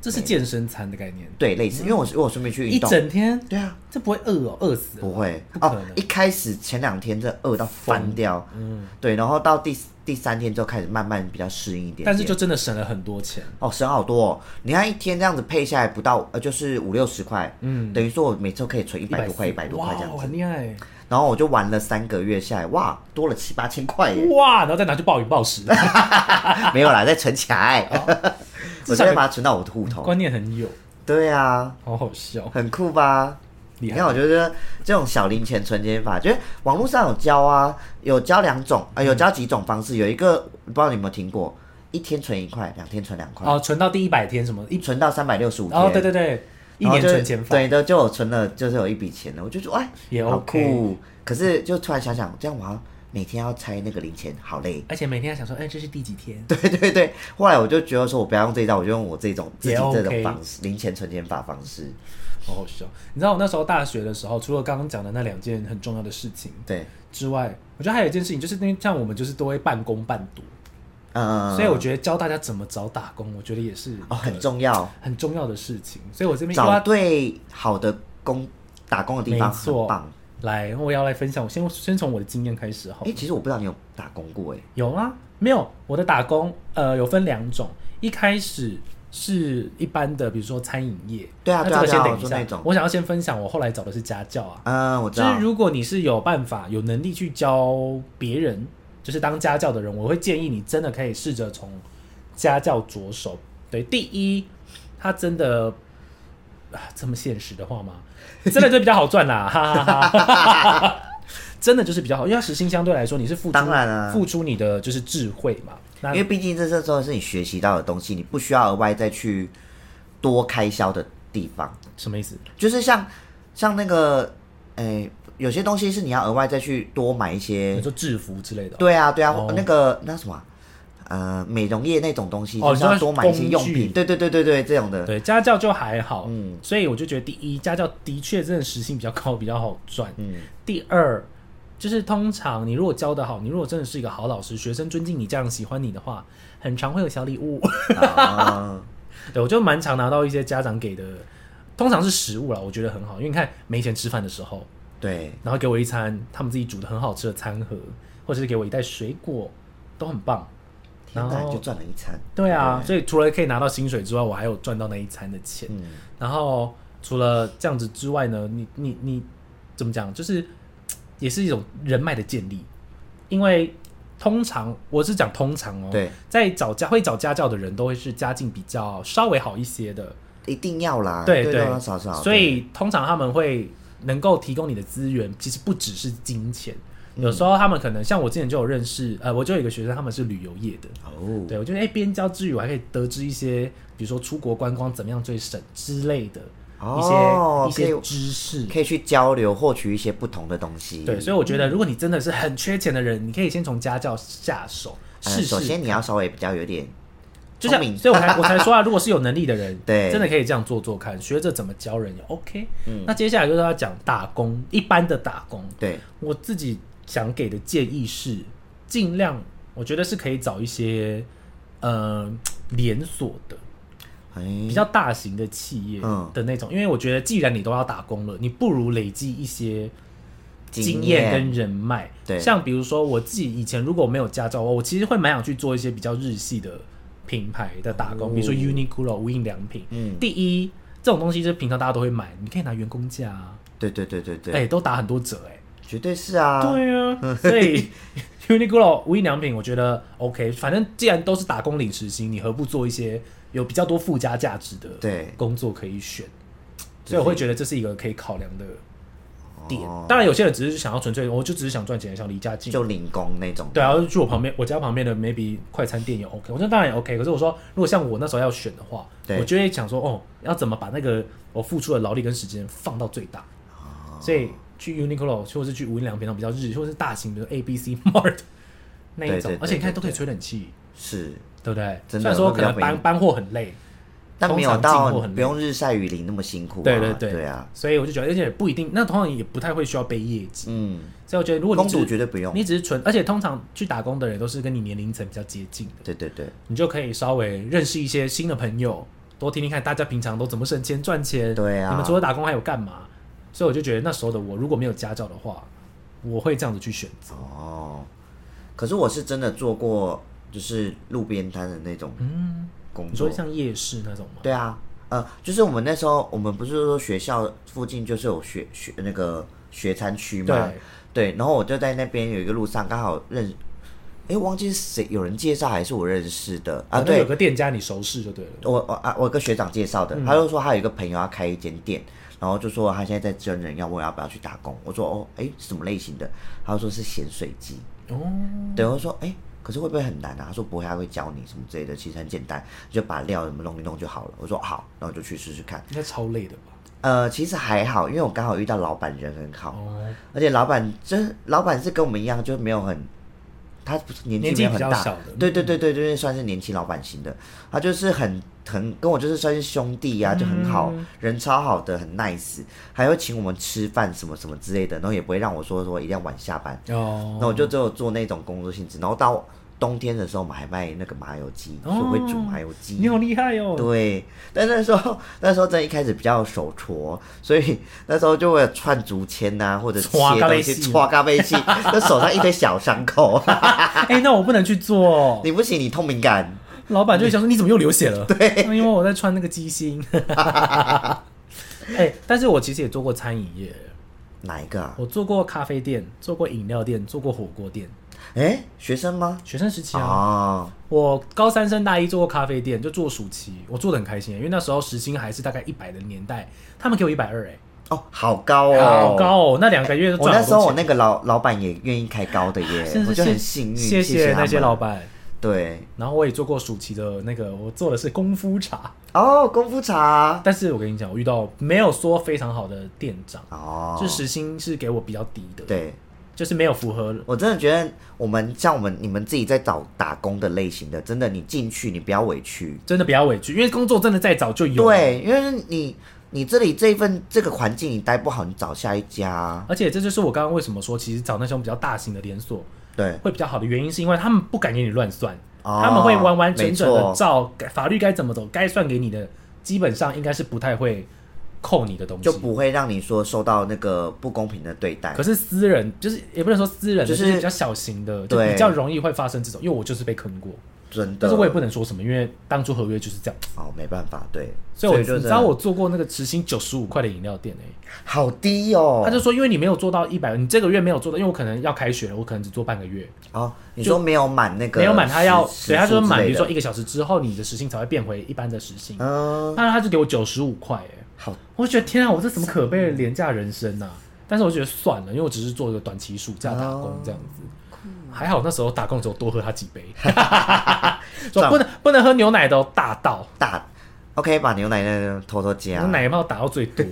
这是健身餐的概念，对，类似，因为我是因为我顺便去一运动，整天，对啊，这不会饿哦，饿死不了，会不可哦能，一开始前两天真的饿到翻掉，嗯，对，然后到第第三天之后开始慢慢比较适应一点点，但是就真的省了很多钱，哦，省好多、哦！你看一天这样子配下来不到，呃，就是五六十块，嗯，等于说我每周可以存一百多块、一百多块这样哇，子。很厉害，然后我就玩了三个月下来，哇，多了七八千块耶！哇，然后再拿去暴饮暴 [LAUGHS] 食，没有啦，再存起来，哦 [LAUGHS] 我至少再把它存到我的户头。观念很有，对啊，好好笑。很酷吧？厉你害看，我觉得这种小零钱存钱法，就是网络上有教啊，有教两种，呃，嗯有教几种方式。有一个不知道你有没有听过，一天存一块，两天存两块，哦，存到第一百天什么一，存到三百六十五天。哦，对对对，一然后年就存钱法，对的，就有存了，就是有一笔钱了，我就觉得哎，也好 OK 酷。可是就突然想想，这样我好像每天要拆那个零钱，好累。而且每天还想说，哎，这是第几天？ [LAUGHS] 对对对，后来我就觉得说，我不要用这一招，我就用我这种自己也 OK 这种方式，零钱存钱法方式。好好笑。你知道我那时候大学的时候，除了刚刚讲的那两件很重要的事情对，之外，我觉得还有一件事情，就是那像我们就是都会半工半读，嗯，所以我觉得教大家怎么找打工，我觉得也是哦很一个重要，很重要的事情。所以我这边又找要对好的工打工的地方没错很棒。来，我要来分享，我先先从我的经验开始好哎、了。其实我不知道你有打工过哎、有啊，没有我的打工，呃，有分两种，一开始是一般的，比如说餐饮业，对啊那对啊这个对啊先等我说一那下种，我想要先分享，我后来找的是家教啊，嗯，我知就道是。如果你是有办法、有能力去教别人，就是当家教的人，我会建议你真的可以试着从家教着手。对，第一，他真的啊，这么现实的话 [LAUGHS] 吗？真的就比较好赚啦，哈哈哈哈哈哈。真的就是比较好，因为它时薪相对来说你是付出，当然啊付出你的就是智慧嘛。那因为毕竟这这都是你学习到的东西，你不需要额外再去多开销的地方。什么意思？就是像像那个，哎、有些东西是你要额外再去多买一你些。说制服之类的哦？对啊，对啊，哦那个那什么啊，呃，美容业那种东西，哦就是要你说多买一些用工具品。对对对对对，这种的。对，家教就还好，嗯所以我就觉得第一，家教的确真的时薪比较高，比较好赚。嗯，第二，就是通常你如果教的好，你如果真的是一个好老师，学生尊敬你，这样喜欢你的话，很常会有小礼物。啊， [LAUGHS] 对我就蛮常拿到一些家长给的，通常是食物啦，我觉得很好，因为你看没钱吃饭的时候，对，然后给我一餐他们自己煮的很好吃的餐盒，或者是给我一袋水果，都很棒。天然哪，就后赚了一餐。对啊，不所以除了可以拿到薪水之外，我还有赚到那一餐的钱。嗯，然后除了这样子之外呢，你你你怎么讲，就是也是一种人脉的建立，因为通常我是讲通常哦，对，在找家会找家教的人都会是家境比较稍微好一些的，一定要啦，对啊多对多少少。所以通常他们会能够提供你的资源，其实不只是金钱。有时候他们可能像我之前就有认识，呃，我就有一个学生，他们是旅游业的，对哦，对，我觉得哎，边教之余，我还可以得知一些，比如说出国观光怎么样最省之类的哦一些一可些以知识。可以去交流，获取一些不同的东西。对，所以我觉得，如果你真的是很缺钱的人，你可以先从家教下手呃试首试。先你要稍微比较有点就聪像，明，所以我 [LAUGHS] 才我才说啊，如果是有能力的人，对嗯真的可以这样做做看，学着怎么教人也 OK。那接下来就是要讲打工，一般的打工，对，我自己想给的建议是，尽量我觉得是可以找一些呃连锁的，比比较大型的企业嗯的那种，因为我觉得既然你都要打工了，你不如累积一些经验验跟人脉。对像比如说我自己以前如果没有驾照，我我其实会蛮想去做一些比较日系的品牌的打工，哦比如说 Uniqlo 无印良品。嗯，第一，这种东西就是平常大家都会买，你可以拿员工价啊，对对对对对，哎、都打很多折哎、绝对是啊，对啊，所以 [LAUGHS] Uniqlo 无印良品，我觉得 OK。反正既然都是打工领时薪，你何不做一些有比较多附加价值的对工作可以选？就是所以我会觉得这是一个可以考量的点。哦当然，有些人只是想要纯粹，我就只是想赚钱，想离家近。就零工那种，对啊，就去我旁边，我家旁边的 maybe 快餐店也 OK，我觉得当然也 OK。可是我说，如果像我那时候要选的话，对我就会想说，哦，要怎么把那个我付出的劳力跟时间放到最大。哦所以去 Uniqlo 或是去无印良品那种比较日，或是大型，比如 A B C [LAUGHS] Mart 那一对种对，而且你看对对都可以吹冷气，是，对不对？虽真的然说可能会比较搬便宜搬货很累，但没有通常到进货很累不用日晒雨淋那么辛苦啊，对对对，对啊，所以我就觉得，而且不一定，那通常也不太会需要背业绩。嗯，所以我觉得，如果你公只主绝对不用，你只是纯，而且通常去打工的人都是跟你年龄层比较接近的。对对对你就可以稍微认识一些新的朋友，多听听看大家平常都怎么省钱赚钱。对啊你们除了打工还有干嘛？所以我就觉得那时候的我，如果没有家教的话，我会这样子去选择。哦，可是我是真的做过就是路边摊的那种嗯，工你作说，像夜市那种吗？对啊，呃，就是我们那时候我们不是说学校附近就是有学学那个学餐区嘛，对，对，然后我就在那边有一个路上，刚好认，哎，忘记是谁有人介绍还是我认识的啊？反正有对，个嗯店家你熟识就对了。我我啊，我有个学长介绍的，他就说他有一个朋友要开一间店，然后就说他现在在真人，要问我要不要去打工。我说哦，哎，什么类型的？他就说是咸水鸡。哦，对，我就说哎。可是会不会很难啊？他说不会，他会教你什么之类的，其实很简单，你就把料什么弄一弄就好了。我说好，然后我就去试试看。应该超累的吧？ [LAUGHS] 呃，其实还好，因为我刚好遇到老板人很好，哦，而且老板就是老板是跟我们一样，就是没有很，他不是年纪年没纪有比很较大小的，嗯对对对对对，算是年轻老板型的，他就是很很跟我就是算是兄弟啊，就很好，人超好的，很 nice，还会请我们吃饭什么什么之类的，然后也不会让我说说一定要晚下班，哦那，我就只有做那种工作性质，然后到冬天的时候我们还卖那个麻油鸡，所以我会煮麻油鸡。哦你好厉害哦！对，但那时候那时候在一开始比较手拙，所以那时候就会有串竹签呐、或者切搓咖东啡西、器搓咖啡器，那手上一堆小伤 [LAUGHS] 口。哎、那我不能去 [LAUGHS] 做，你不行，你痛敏感。老板就会想说你怎么又流 [LAUGHS] 血了？对，因为我在穿那个鸡心。 [LAUGHS] 哎、但是我其实也做过餐饮业，哪一个啊？我做过咖啡店，做过饮料店，做过火锅店。哎、学生吗？学生时期啊，哦，我高三升大一做过咖啡店，就做暑期，我做的很开心，啊因为那时候时薪还是大概一百的年代，他们给我一百二，哎，哦，好高哦，好高哦，那两个月就我赚那好多时候我钱那个老老板也愿意开高的耶，真我 [LAUGHS] 是就谢很幸运，谢谢那些他们老。板。对，然后我也做过暑期的那个，我做的是功夫茶，哦，功夫茶，但是我跟你讲，我遇到没有说非常好的店长，哦，就时薪是给我比较低的，，对。就是没有符合我真的觉得我们像我们你们自己在找打工的类型的，真的你进去你不要委屈，真的不要委屈，因为工作真的再早就有，，啊对，因为你你这里这一份这个环境你待不好，你找下一家，而且这就是我刚刚为什么说，其实找那种比较大型的连锁对，会比较好的原因，是因为他们不敢给你乱算，哦他们会完完整整没的错照该法律该怎么走，该算给你的，基本上应该是不太会扣你的东西，就不会让你说受到那个不公平的对待可。是私人就是也不能说私人，就就是是比较小型的，就对比较容易会发生这种。因为我就是被坑过，真的，但是我也不能说什么，因为当初合约就是这样。哦，没办法，对，所以我就你知是道我做过那个时薪九十五块的饮料店哎、好低哦，他就说因为你没有做到一百，你这个月没有做到，因为我可能要开学了，我可能只做半个月，哦，你说没有满那个时，没有满他要，时对，他就说数之满，类比如说的一个小时之后你的时薪才会变回一般的时薪，嗯，但是他就给我九十五块哎，好，我就觉得天啊，我这什么可悲的廉价人生呐、啊但是我就觉得算了，因为我只是做一个短期暑假打哦工这样子。还好那时候打工的时候多喝他几 [LAUGHS] 杯，说不能不能喝牛奶的哦，大到大，OK，把牛奶那偷啊偷加我，奶泡打到最多，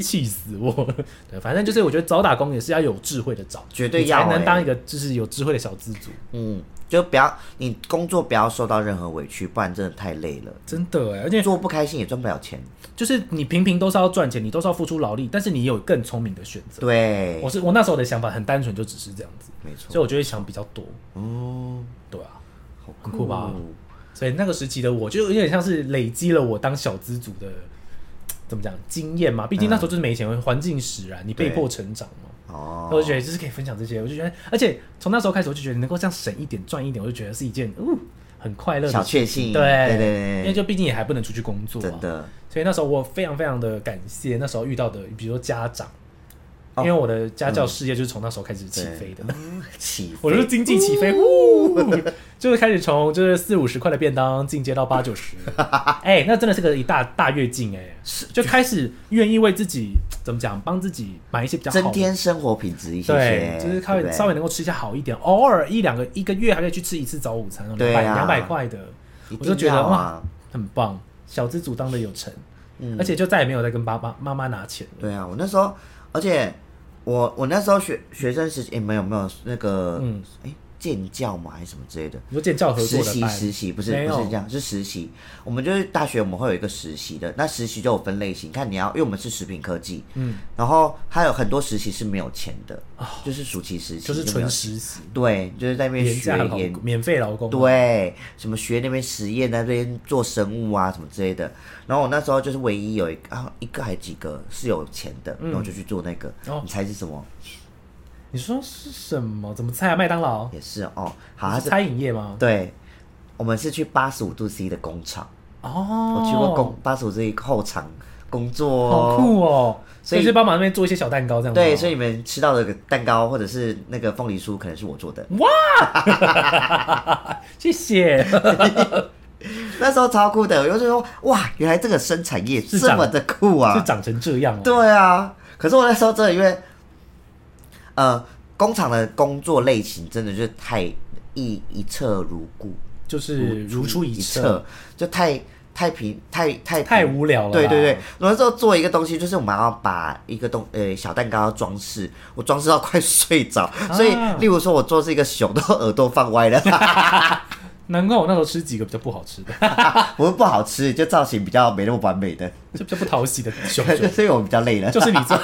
气死我了。对，反正就是我觉得找打工也是要有智慧的找，绝对你才要欸能当一个就是有智慧的小资族。嗯，就不要你工作不要受到任何委屈，不然真的太累了，真的欸，而且做不开心也赚不了钱。就是你平平都是要赚钱，你都是要付出劳力，但是你有更聪明的选择。对我，是我那时候的想法很单纯，就只是这样子，没错，所以我就会想比较多。哦，对啊，好哦很酷吧？所以那个时期的我，就有点像是累积了我当小资族的怎么讲经验嘛。毕竟那时候就是没钱，环境使然，你被迫成长嘛。嗯哦，我就觉得就是可以分享这些，我就觉得，而且从那时候开始，我就觉得能够这样省一点、赚一点，我就觉得是一件哦很快乐的小事情确幸，对对因对为就毕竟也还不能出去工作、对，啊，真。的，所以那时候我非常非常的感谢那时候遇到的，比如说家长，哦因为我的家教事业就是从那时候开始起对飞的。嗯起我就是飞，经济起飞，呼， [LAUGHS] 就是开始从就是四五十块的便当进阶到八九 [LAUGHS] 十，哎，那真的是个一大大跃进哎，就开始愿意为自己怎么讲，帮自己买一些比较好增的，添生活品质一些对些，，就是对开不始对稍微能够吃一下好一点，偶尔一两个一个月还可以去吃一次早午餐，两对百啊两百块的，一我就定觉得要哇啊，，很棒，小资主当的有成，嗯而且就再也没有再跟爸爸妈妈拿钱了，对啊，我那时候，而且我我那时候学学生时期，也没有没有那个，嗯嗯，哎，建教嘛还是什么之类的，你说建教合实作的习班，实习不是没有不是这样，是实习。我们就是大学我们会有一个实习的，那实习就有分类型，看你要，因为我们是食品科技，嗯，哦然后还有很多实习是没有钱的，就是暑期实习，就是没有纯实习，对，就是在那边廉学价劳研工，免费劳工，啊对，什么学那边实验，那边做生物啊什么之类的。然后我那时候就是唯一有一个啊一个还几个是有钱的，然后就去做那个。嗯哦你猜是什么？你说是什么？怎么猜啊？麦当劳？也是哦，好，它你是是餐饮业吗？对。我们是去八十五度 C 的工厂，哦，我去过工，八十五度 C 后厂工作、好酷哦！所所以以是帮忙那边做一些小蛋糕这样子吗。对，所以你们吃到的蛋糕或者是那个凤梨酥，可能是我做的。谢 [LAUGHS] 谢。那时候超酷的，我就说哇，原来这个生产业是这么长的酷啊！是长成这样哦。对啊，可是我那时候真的因为，呃，工厂的工作类型真的就是太一一侧如故，就是如出一辙，辙，就太太平太太太平无聊了。对对对，，我那时候做一个东西，就是我们要把一个东呃小蛋糕装饰，我装饰到快睡着，所以啊例如说我做这个熊都耳朵放歪了，难怪我那时候吃几个比较不好吃的， [LAUGHS] 我们不好吃，就造型比较没那么完美的， [LAUGHS] 就比较不讨喜的熊熊，所以我比较累了。就是你这。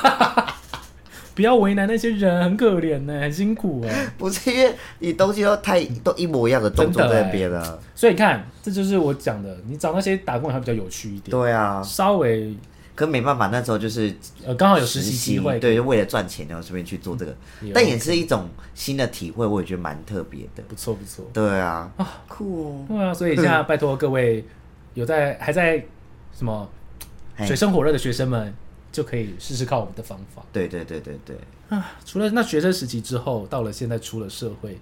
不要为难那些人，很可怜呢、很辛苦哎、 [LAUGHS] 不是因为你东西都太都一模一样的种种真的在欸那边啊了。所以你看，这就是我讲的，你找那些打工人还比较有趣一点，对啊，稍微可没办法，那时候就是呃刚好有实实习机会，嗯对，就为了赚钱，然后顺便去做这个，也但也是一种新的体会，我也觉得蛮特别的。不错不错。对啊，酷哦，对啊，所以现在拜托各位有在还在什么嘿水深火热的学生哎们，就可以试试看我们的方法对对对对对，啊。除了那学生时期之后，到了现在出了社会，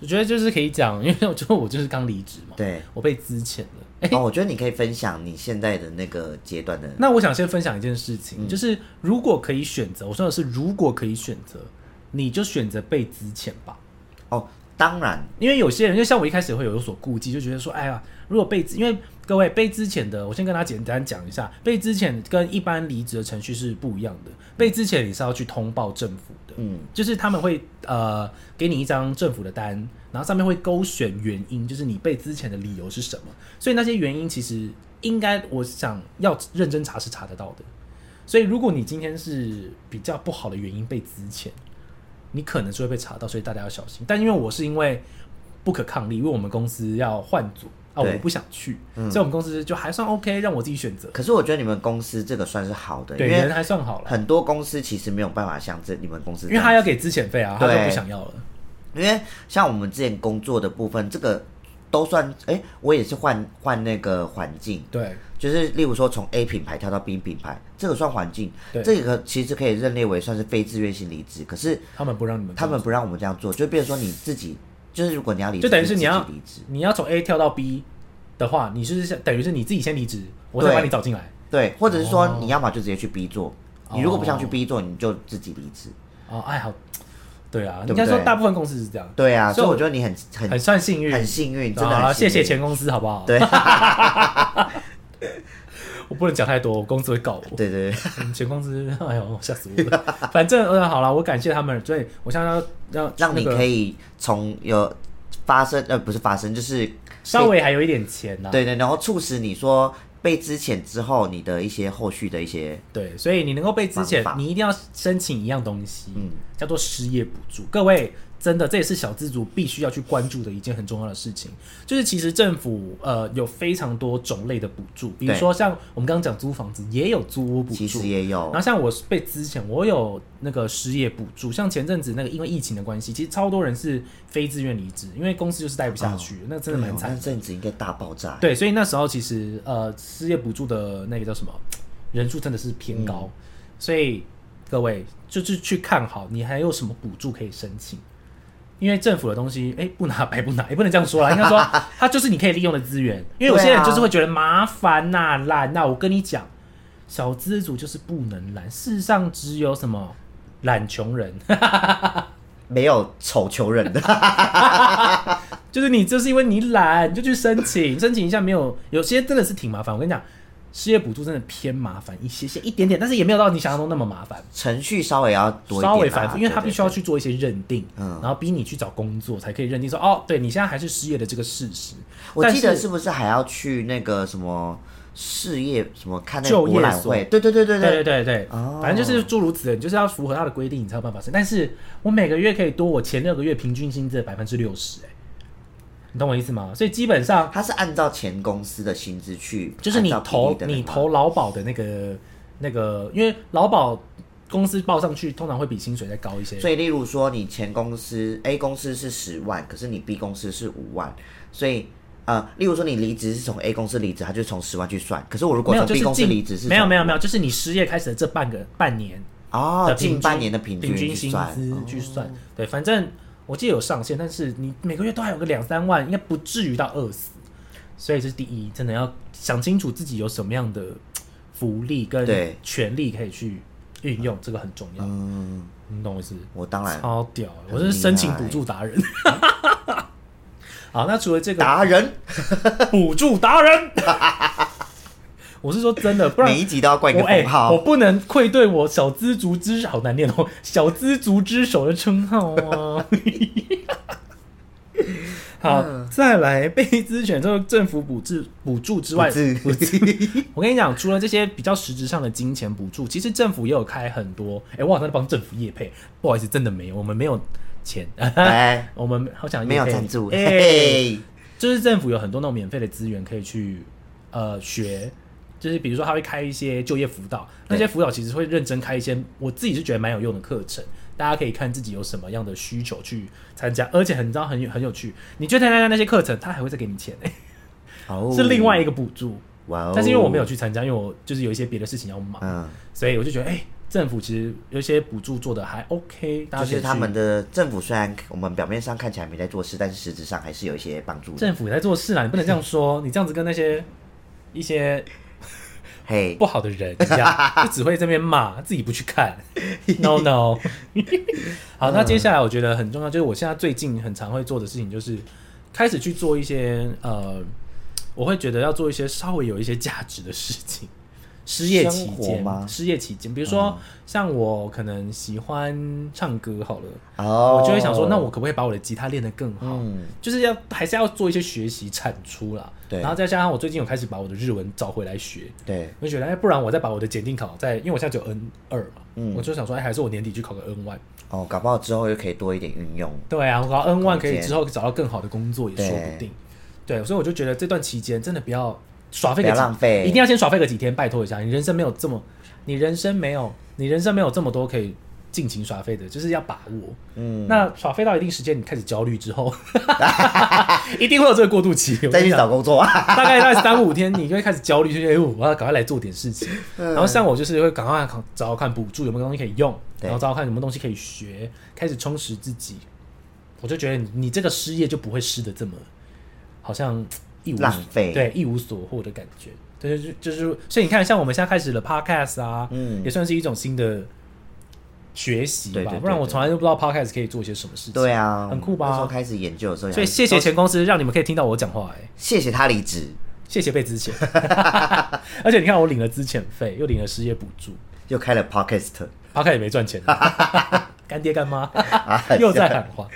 我觉得就是可以讲，因为我就我就是刚离职嘛，对。我被资遣了。哦，我觉得你可以分享你现在的那个阶段的，那我想先分享一件事情，就是如果可以选择，我说的是如果可以选择，你就选择被资遣吧。哦，当然，因为有些人，就像我一开始会有所顾忌，就觉得说，哎呀，如果被资，因为各位被资遣的，我先跟大家简单讲一下，被资遣跟一般离职的程序是不一样的。被资遣你是要去通报政府的，嗯，就是他们会呃给你一张政府的单，然后上面会勾选原因，就是你被资遣的理由是什么。所以那些原因其实应该我想要认真查是查得到的。所以如果你今天是比较不好的原因被资遣，你可能是会被查到，所以大家要小心。但因为我是因为不可抗力，因为我们公司要换组啊，对嗯我不想去，所以我们公司就还算 OK，让我自己选择。可是我觉得你们公司这个算是好的，对，因为人还算好了，很多公司其实没有办法像这你们公司因这为他样，要给资遣费啊，他就对不想要了。因为像我们之前工作的部分，这个都算，哎、我也是换换那个环境，对，就是例如说从 A 品牌跳到 B 品牌，这个算环境，对这个其实可以认列为算是非自愿性离职，可是他们不让你们，他们不让我们这样做，就变成说你自己，就是如果你要离职，就等于是你要自己离职，你要从 A 跳到 B 的话，你就是先等于是你自己先离职，我再对把你找进来。对，或者是说哦你要么就直接去 B 做，你如果不想去 B 做，你就自己离职。哦，哎好，对啊，对应不该说对大部分公司是这样，对啊，所所以以我我觉得你很很很算幸运，很幸运，真的啊，很幸谢运谢前公司好不好？对 [LAUGHS] 我不能讲太多，我公司会告我。[LAUGHS] 对对对，嗯前公司，哎呦，吓死我了。反正呃，好了，我感谢他们，所以我现在要让让你那个可以从有发生呃不是发生，就是稍微还有一点钱呐、对对，然后促使你说被之前之后你的一些后续的一些对，所以你能够被之前方，法你一定要申请一样东西，嗯叫做失业补助。各位，真的这也是小资族必须要去关注的一件很重要的事情，就是其实政府呃有非常多种类的补助，比如对说像我们刚刚讲租房子也有租屋补其助实，也然有后像我被之前我有那个失业补助，像前阵子那个因为疫情的关系，其实超多人是非自愿离职，因为公司就是待不下去，那真的蛮对哦惨的那阵子应该大爆炸。对，所以那时候其实呃，失业补助的那个叫什么人数真的是偏高，嗯所以各位就是去看好你还有什么补助可以申请，因为政府的东西哎、不拿白不拿，也不能这样说啦，应该 [LAUGHS] 说它就是你可以利用的资源，因为有对些人啊就是会觉得麻烦呐、懒呐、我跟你讲，小资族就是不能懒，世上只有什么懒穷人。没有丑求 [LAUGHS] 人的，就是你就是因为你懒，你就去申请， [LAUGHS] 申请一下没有，有些真的是挺麻烦。我跟你讲，失业补助真的偏麻烦一些些，一点点，但是也没有到你想象中那么麻烦，程序稍微要多一点啦，稍微繁复，因为他对必须要去做一些认定，嗯然后逼你去找工作才可以认定说，哦，对你现在还是失业的这个事实。我记得但是不是还要去那个什么事业什么看那个就业博览所会？对对对对对对对对，对，哦反正就是诸如此类，你就是要符合他的规定，你才有办法申。但是我每个月可以多我前六个月平均薪资的百分之六十，哎，你懂我意思吗？所以基本上他是按照前公司的薪资去，就是你按照比投例的你来投劳保的那个那个，因为劳保公司报上去通常会比薪水再高一些嘛。。所以，例如说，你前公司 A 公司是十万，可是你 B 公司是五万，所以呃，例如说你离职是从 A 公司离职，他就从十万去算。可是我如果没有，从就 B 是公司近离职是没有没有没有有，就是你失业开始的这半个半年哦，平近均半年的平平均去薪算资哦去算。对，反正我记得有上限，但是你每个月都还有个两三万，应该不至于到饿死。所以这是第一，真的要想清楚自己有什么样的嘖福利跟对权利可以去运用，这个很重要。嗯，你懂我意思？我当然超屌欸！很我是申请厉害补助达人。 [LAUGHS] 好，那除了这个达人，补助达人， [LAUGHS] 我是说真的，不然每一集都要冠一个我哎、封号我。不能愧对我小资族之好难念哦，小资族之首的称号啊。哦 [LAUGHS] 好，嗯再来被资选，就是政府补助补助之外， [LAUGHS] 不哎是我跟你讲，除了这些比较实质上的金钱补助，其实政府也有开很多。哎、我好像在帮政府业配，不好意思，真的没有，我们没有钱，哎，我们好想业配没有赞助，哎、 [LAUGHS] 嘿嘿，就是政府有很多那种免费的资源可以去呃学，就是比如说他会开一些就业辅导，那些辅导其实会认真开一些，我自己是觉得蛮有用的课程，大家可以看自己有什么样的需求去参加，而且很你知道很有很有趣，你去参加那些课程，他还会再给你钱、哎哦是另外一个补助，哇哦，但是因为我没有，去参加，因为我就是有一些别的事情要忙，嗯，所以我就觉得哎、政府其实有一些补助做的还 OK，大家就可以是他去们的政府虽然我们表面上看起来没在做事，但是实质上还是有一些帮助的。政府也在做事啦，你不能这样说，你这样子跟那些 [LAUGHS] 一些嘿，不好的人一 [LAUGHS] 样，就只会这边骂，自己不去看。No [LAUGHS] no。好，嗯那接下来我觉得很重要，就是我现在最近很常会做的事情，就是开始去做一些呃，我会觉得要做一些稍微有一些价值的事情。 [LAUGHS] 失业期生活间吗嗯失业期间，比如说像我可能喜欢唱歌好了，哦，我就会想说，那我可不可以把我的吉他练得更好？嗯，就是要还是要做一些学习产出啦。对然后再加上我最近有开始把我的日文找回来学，对，我就觉得，哎，不然我再把我的检定考再，因为我现在只有 N 二嘛，嗯我就想说，哎，还是我年底去考个 N one。哦，搞不好之后又可以多一点运用。对啊，我考 N one 空可间以之后找到更好的工作也说不定。对，所以我就觉得这段期间真的不要耍废个不几要浪费一定要先耍废个几天，拜托一下，你人生没有这么，你人生没有，你人生没有这么多可以尽情耍废的，就是要把握。嗯，那耍废到一定时间，你开始焦虑之 [LAUGHS] 后，一定会有这个过渡期。我跟再你去讲找工作啊。 [LAUGHS] 大概大概三五天，你就会开始焦虑，就觉得哎呦我要赶快来做点事情。嗯然后像我就是会赶快找找看补助有没有东西可以用，对然后找找看什么东西可以学，开始充实自己。我就觉得你你这个失业就不会失的这么好像一无所浪费对一无所获的感觉。对，就是就是，所以你看，像我们现在开始了 podcast 啊，嗯也算是一种新的学习吧。对对对不然我对从来都不知道 podcast 可以做些什么事情。对啊，很酷吧那时候开始研究的时候，所以谢谢前公司让你们可以听到我讲话、哎。谢谢他离职，谢谢被资遣， [LAUGHS] 而且你看我领了资遣费，又领了失业补助，又开了 podcast。阿凯也没 [LAUGHS] 赚钱，干爹干妈哎又在喊话，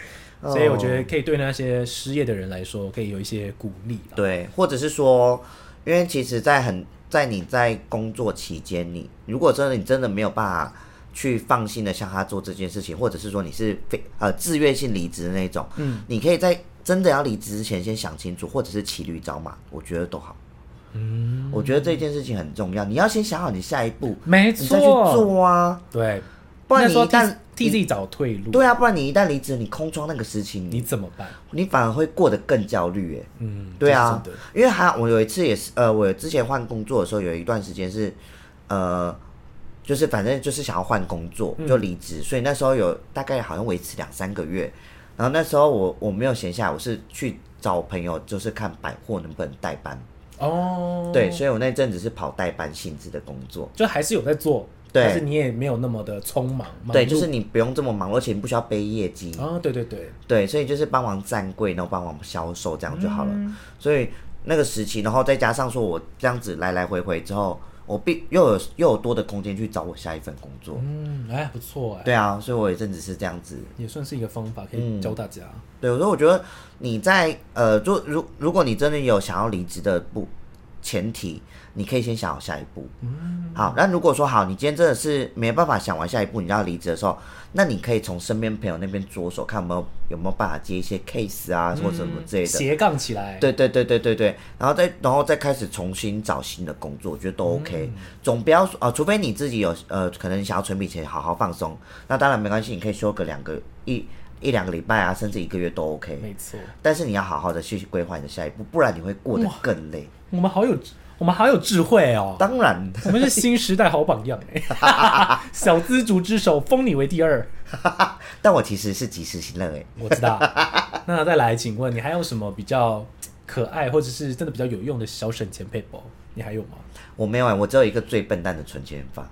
哦所以我觉得可以对那些失业的人来说，可以有一些鼓励啦。对，或者是说，因为其实，在很在你在工作期间，你如果真的你真的没有办法去放心的向他做这件事情，或者是说你是非呃自愿性离职的那种，嗯，你可以在真的要离职之前先想清楚，或者是骑驴找马，我觉得都好。嗯，我觉得这件事情很重要，你要先想好你下一步，没你再去错，做啊，对，不然应该你说一旦替替自己找退路，对啊，不然你一旦离职，你空窗那个时期，你你怎么办？你反而会过得更焦虑，哎，嗯，对啊这是真的，因为还我有一次也是，呃，我之前换工作的时候，有一段时间是，呃，就是反正就是想要换工作，嗯就离职，所以那时候有大概好像维持两三个月，然后那时候我我没有闲下来，我是去找朋友，就是看百货能不能代班，哦，对，，所以我那阵子是跑代班性质的工作，就还是有在做，对但是你也没有那么的匆忙，忙对，碌就是你不用这么忙，而且你不需要背业绩，啊，对对对，对，所以就是帮忙站柜，然后帮忙销售这样就好了。所以那个时期，然后再加上说我这样子来来回回之后，我必又有又有多的空间去找我下一份工作。嗯，哎，不错哎，对嗯啊，所以我有一阵子是这样子。也算是一个方法可以教大家。对，所以我觉得你在呃，就如如果你真的有想要离职的不前提，你可以先想好下一步。嗯，好，那如果说好，你今天真的是没办法想完下一步，你要离职的时候，那你可以从身边朋友那边着手，看有没有有没有办法接一些 case 啊，或者什么之类的。斜杠起来。对对对对对对，然后再然后再开始重新找新的工作，我觉得都 OK，、总不要说呃，除非你自己有呃，可能想要存笔钱好好放松，那当然没关系，你可以休个两个一一两个礼拜啊，甚至一个月都 OK，没错，但是你要好好的去规划你的下一步，不然你会过得更累。我们好有我们好有智慧哦， [LAUGHS] 当然，我们是新时代好榜样 [LAUGHS] 哎，小资族之首，封你为第二。但我其实是及时行乐欸诶，我知道。 [LAUGHS] 那再来，请问你还有什么比较可爱或者是真的比较有用的小省钱配包？你还有吗？我没有欸诶，我只有一个最笨蛋的存钱法，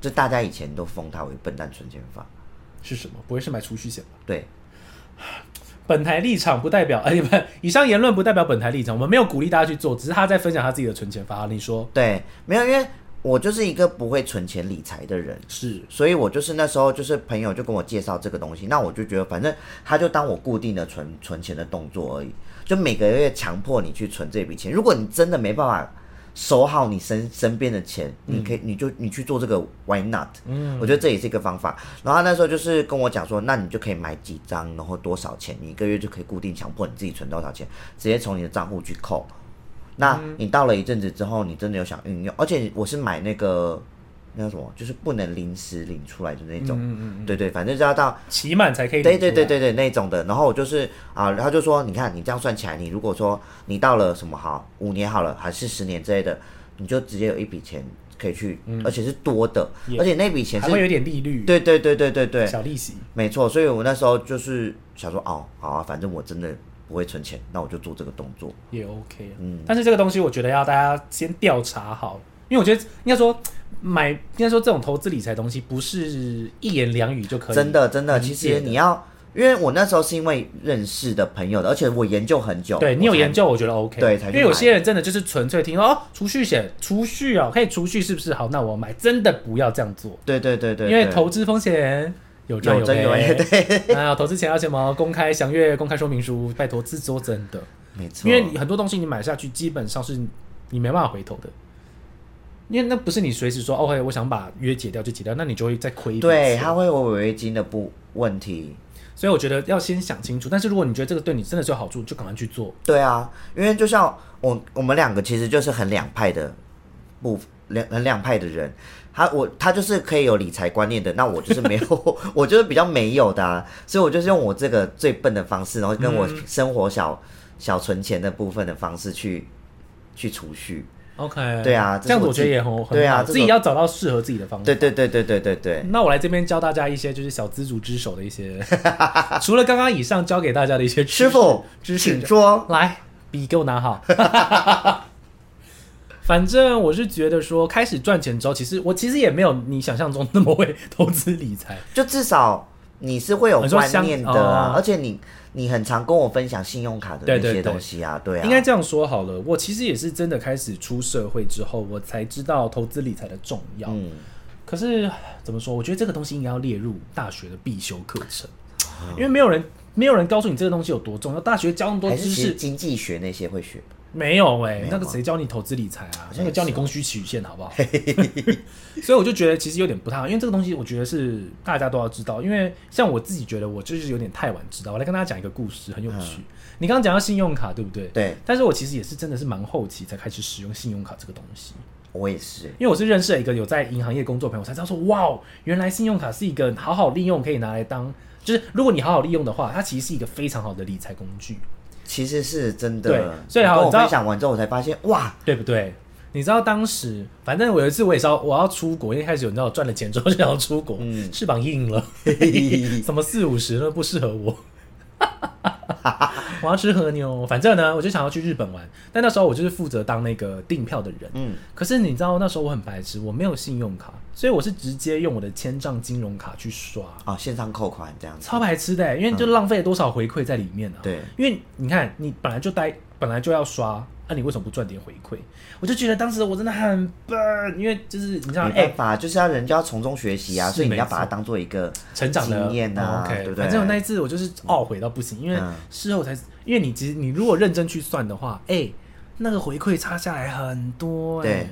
就大家以前都封它为笨蛋存钱法，是什么？不会是买储蓄险吧？对，本台立场不代表， [LAUGHS] 哎，不，以上言论不代表本台立场，我们没有鼓励大家去做，只是他在分享他自己的存钱法。你说，对，没有，因为我就是一个不会存钱理财的人，是所以我就是那时候就是朋友就跟我介绍这个东西，那我就觉得反正他就当我固定的存存钱的动作而已，就每个月强迫你去存这笔钱。如果你真的没办法守好你身身边的钱，你可以你就你去做这个 why not？嗯，我觉得这也是一个方法。然后他那时候就是跟我讲说，那你就可以买几张，然后多少钱，你一个月就可以固定强迫你自己存多少钱，直接从你的账户去扣。那你到了一阵子之后，你真的有想运用，而且我是买那个那叫什么，就是不能临时领出来的那嗯种，对对，反正就要到期满才可以领对出对来对对对那种的。然后我就是啊，他就说，你看你这样算起来，你如果说你到了什么好五年好了，还是十年之类的，你就直接有一笔钱可以去，而且是多的，而且那笔嗯钱还会是，有点利率，对对对对对对，小利息。没错。所以我那时候就是想说，哦，好啊，反正我真的不会存钱，那我就做这个动作。也 OK 嗯，但是这个东西我觉得要大家先调查好，因为我觉得应该说买，应该说这种投资理财东西不是一言两语就可以。真的真的，理其解实你要，因为我那时候是因为认识的朋友的，而且我研究很久。对你有我才研究，我觉得 OK。对才因去为有些人真的就是纯粹听说哦，储蓄险、储蓄哦，可以储蓄是不是？好，那我买，真的不要这样做，对对对对，因为对投资风险有赚有真有赔赔。对， [LAUGHS] 啊，投资前要什么公开详阅公开说明书，拜托，这说真的，没错，因为你很多东西你买下去，基本上是你没办法回头的，因为那不是你随时说 OK，我想把约解掉就解掉，那你就会再亏一笔对钱他会有违约金的不问题。所以我觉得要先想清楚。但是如果你觉得这个对你真的是有好处，就赶快去做。对啊，因为就像我我们两个其实就是很两派的不两很两派的人。他我他就是可以有理财观念的，那我就是没 [LAUGHS] 有，我就是比较没有的、啊，所以我就是用我这个最笨的方式，然后跟我生活小、小存钱的部分的方式去去储蓄。 OK，对啊这样子我这是觉我得也很很好，对啊这是自我己要找到适合自己的方法。对对对对对对对，那我来这边教大家一些就是小资族之手的一 [LAUGHS] 些，除了刚刚以上教给大家的一些知识师傅，知识请说。来，笔给我拿好。 [LAUGHS] 反正我是觉得说，开始赚钱之后，其实我其实也没有你想象中那么会投资理财。就至少你是会有你说观相念的啊哦，而且你你很常跟我分享信用卡的对那对对些东西啊，对啊，应该这样说好了，我其实也是真的开始出社会之后，我才知道投资理财的重要。嗯，可是怎么说？我觉得这个东西应该要列入大学的必修课程，啊因为没有人没有人告诉你这个东西有多重要。大学教那么多还是知其实识，经济学那些会学，没有哎、有那个吗谁教你投资理财啊？像那个教你供需曲线，好不 [LAUGHS] 好？所以我就觉得其实有点不太好，因为这个东西我觉得是大家都要知道。因为像我自己觉得我就是有点太晚知道。我来跟大家讲一个故事，很有趣。你刚刚讲到信用卡，对不啊对？对但是我其实也是真的是蛮后期才开始使用信用卡这个东西，我也是，因为我是认识了一个有在银行业工作的朋友，我才知道说，哇哦，原来信用卡是一个好好利用可以拿来当，就是如果你好好利用的话，它其实是一个非常好的理财工具。其实是真的。对所以你好跟我你知道分享完之后，我才发现哇， [LAUGHS] 对不对？你知道当时，反正我有一次我也是要我要出国，因为开始有你知道我赚了钱之后就想要出国，翅膀硬了，什么四五十都不适合我。 [LAUGHS] 我要吃和牛，反正呢，我就想要去日本玩，但那时候我就是负责当那个订票的人。嗯，可是你知道那时候我很白痴，我没有信用卡，所以我是直接用我的千账金融卡去刷。哦，线上扣款这样子，超白痴的欸、因为就浪费了多少回馈在里面啊？嗯对，因为你看，你本来就待，本来就要刷，那、你为什么不赚点回馈？我就觉得当时我真的很笨，因为就是你知道，没哎、办法，就是要人就要从中学习啊，是所以你要没错把它当做一个成长的经验啊， o k 对不对？反正我那一次我就是懊悔到不行，因为嗯事后才，因为你其实你如果认真去算的话，哎、那个回馈差下来很多、哎。对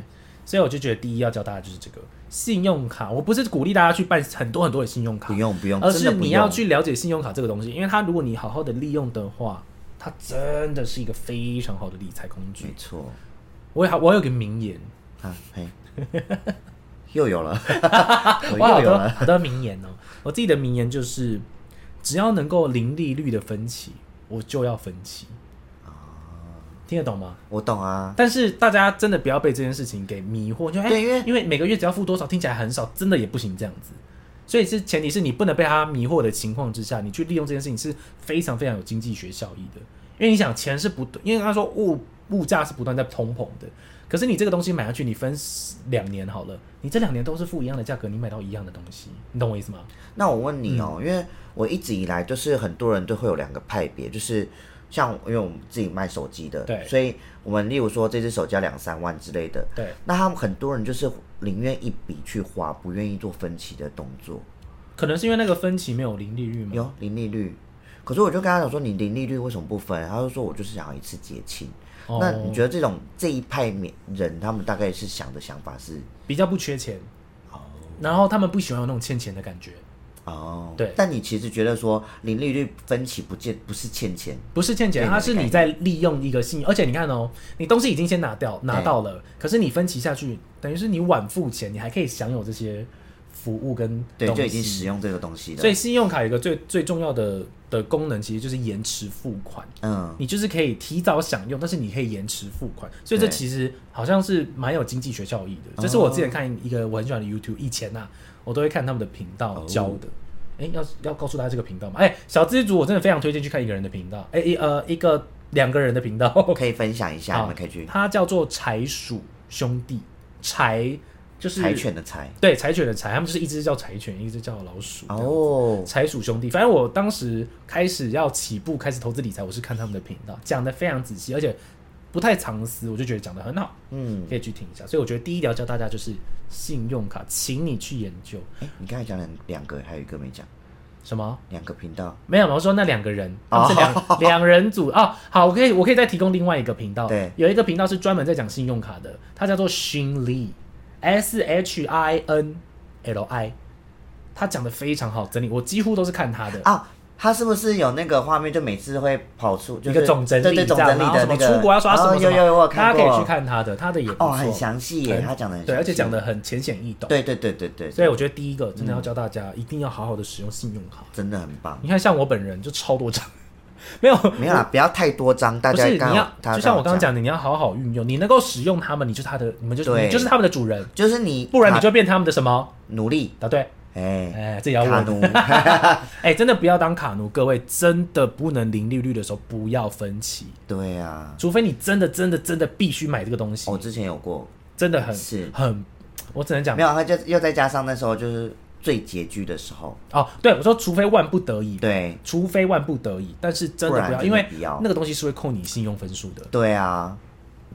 所以我就觉得第一要教大家就是这个信用卡，我不是鼓励大家去办很多很多的信用卡，不用不用，而真的是不你要用去了解信用卡这个东西，因为它如果你好好的利用的话，它真的是一个非常好的理财工没具。错我有我有个名言，啊， [LAUGHS] 嘿，又有了，我我好又有多了，好多名言哦。我自己的名言就是，只要能够零利率的分期，我就要分期。哦听得懂吗？我懂啊。但是大家真的不要被这件事情给迷惑，就哎、对因为因为每个月只要付多少，听起来很少，真的也不行这样子。所以是前提是你不能被他迷惑的情况之下，你去利用这件事情是非常非常有经济学效益的。因为你想钱是不，因为他说物物价是不断在通膨的，可是你这个东西买下去，你分十两年好了，你这两年都是付一样的价格，你买到一样的东西，你懂我意思吗？嗯那我问你哦、因为我一直以来就是很多人都会有两个派别，就是像因为我们自己卖手机的，对所以我们例如说这只手机要两三万之类的，对，那他们很多人就是宁愿一笔去花，不愿意做分期的动作。可能是因为那个分期没有零利率嘛。有零利率，可是我就跟他讲说，你零利率为什么不分？他就说我就是想要一次结清。哦那你觉得这种这一派免人，他们大概是想的想法是比较不缺钱，然后他们不喜欢有那种欠钱的感觉，哦，对但你其实觉得说零利率分期不见不是欠钱，不是欠钱，对它是你在利用一个信用，而且你看哦，你东西已经先拿掉拿到了，可是你分期下去，等于是你晚付钱，你还可以享有这些服务跟对，东就西已经使用这个东西了。所以信用卡有一个最最重要的的功能，其实就是延迟付款。嗯，你就是可以提早享用，但是你可以延迟付款，所以这对哦其实好像是蛮有经济学效益的。这是我之前看一个我很喜欢的 YouTube，以前啊，我都会看他们的频道哦教的。哎、要要告诉大家这个频道嘛？哎、小资族我真的非常推荐去看一个人的频道，哎、一呃一个两个人的 [LAUGHS] 频道，可以分享一下，好你们可以去它叫做柴鼠兄弟，柴就是柴犬的柴对柴犬的柴，他们就是一只叫柴犬，一只叫老鼠。哦，柴鼠兄弟，反正我当时开始要起步开始投资理财，我是看他们的频道，讲的非常仔细，而且不太藏私，我就觉得讲的很好，嗯，可以去听一下。所以我觉得第一条教大家就是信用卡，请你去研究哎，你刚才讲了两个，还有一个没讲，什么？两个频道，没有，我说那两个人，他们是两、 [LAUGHS] 两人组哦。好，我可以我可以再提供另外一个频道，对有一个频道是专门在讲信用卡的，它叫做 Shin Lee，S H I N L I，他讲的非常好，整理我几乎都是看他的啊，他是不是有那个画面？就每次会跑出、就是、一个总整理对对这总样整然理后的什那么个。出国要啊刷什么哦什有么有有，我有大看家可过。以去看他的，他的也不错，哦，很详细耶，他讲的很对，而且详讲细的很浅显易懂。对对对对对，所以我觉得第一个真的要教大家，一定要好好的使用信用卡。真的很棒。你看，像我本人就超多张，没有没有啦，不要太多张，大不家是你刚要好，他就像我刚刚讲，讲的，你要好好运用，你能够使用它们，你就是它的，你们就是对你就是他们的主人，就是你，不然你就变他们的什么？努力，答对，哎，哎，这也要卡问。奴，哎，真的不要当卡奴，各位真的不能零利率的时候不要分期， [LAUGHS] 对啊，除非你真的真的真的必须买这个东西我，之前有过，真的 [LAUGHS] 很哦是很，我只能讲没有，他就又再加上那时候就是最拮据的时候，哦，对我说，除非万不得已，对除非万不得已，但是真的不然不要，真的因为不要那个东西是会扣你信用分数的，对啊，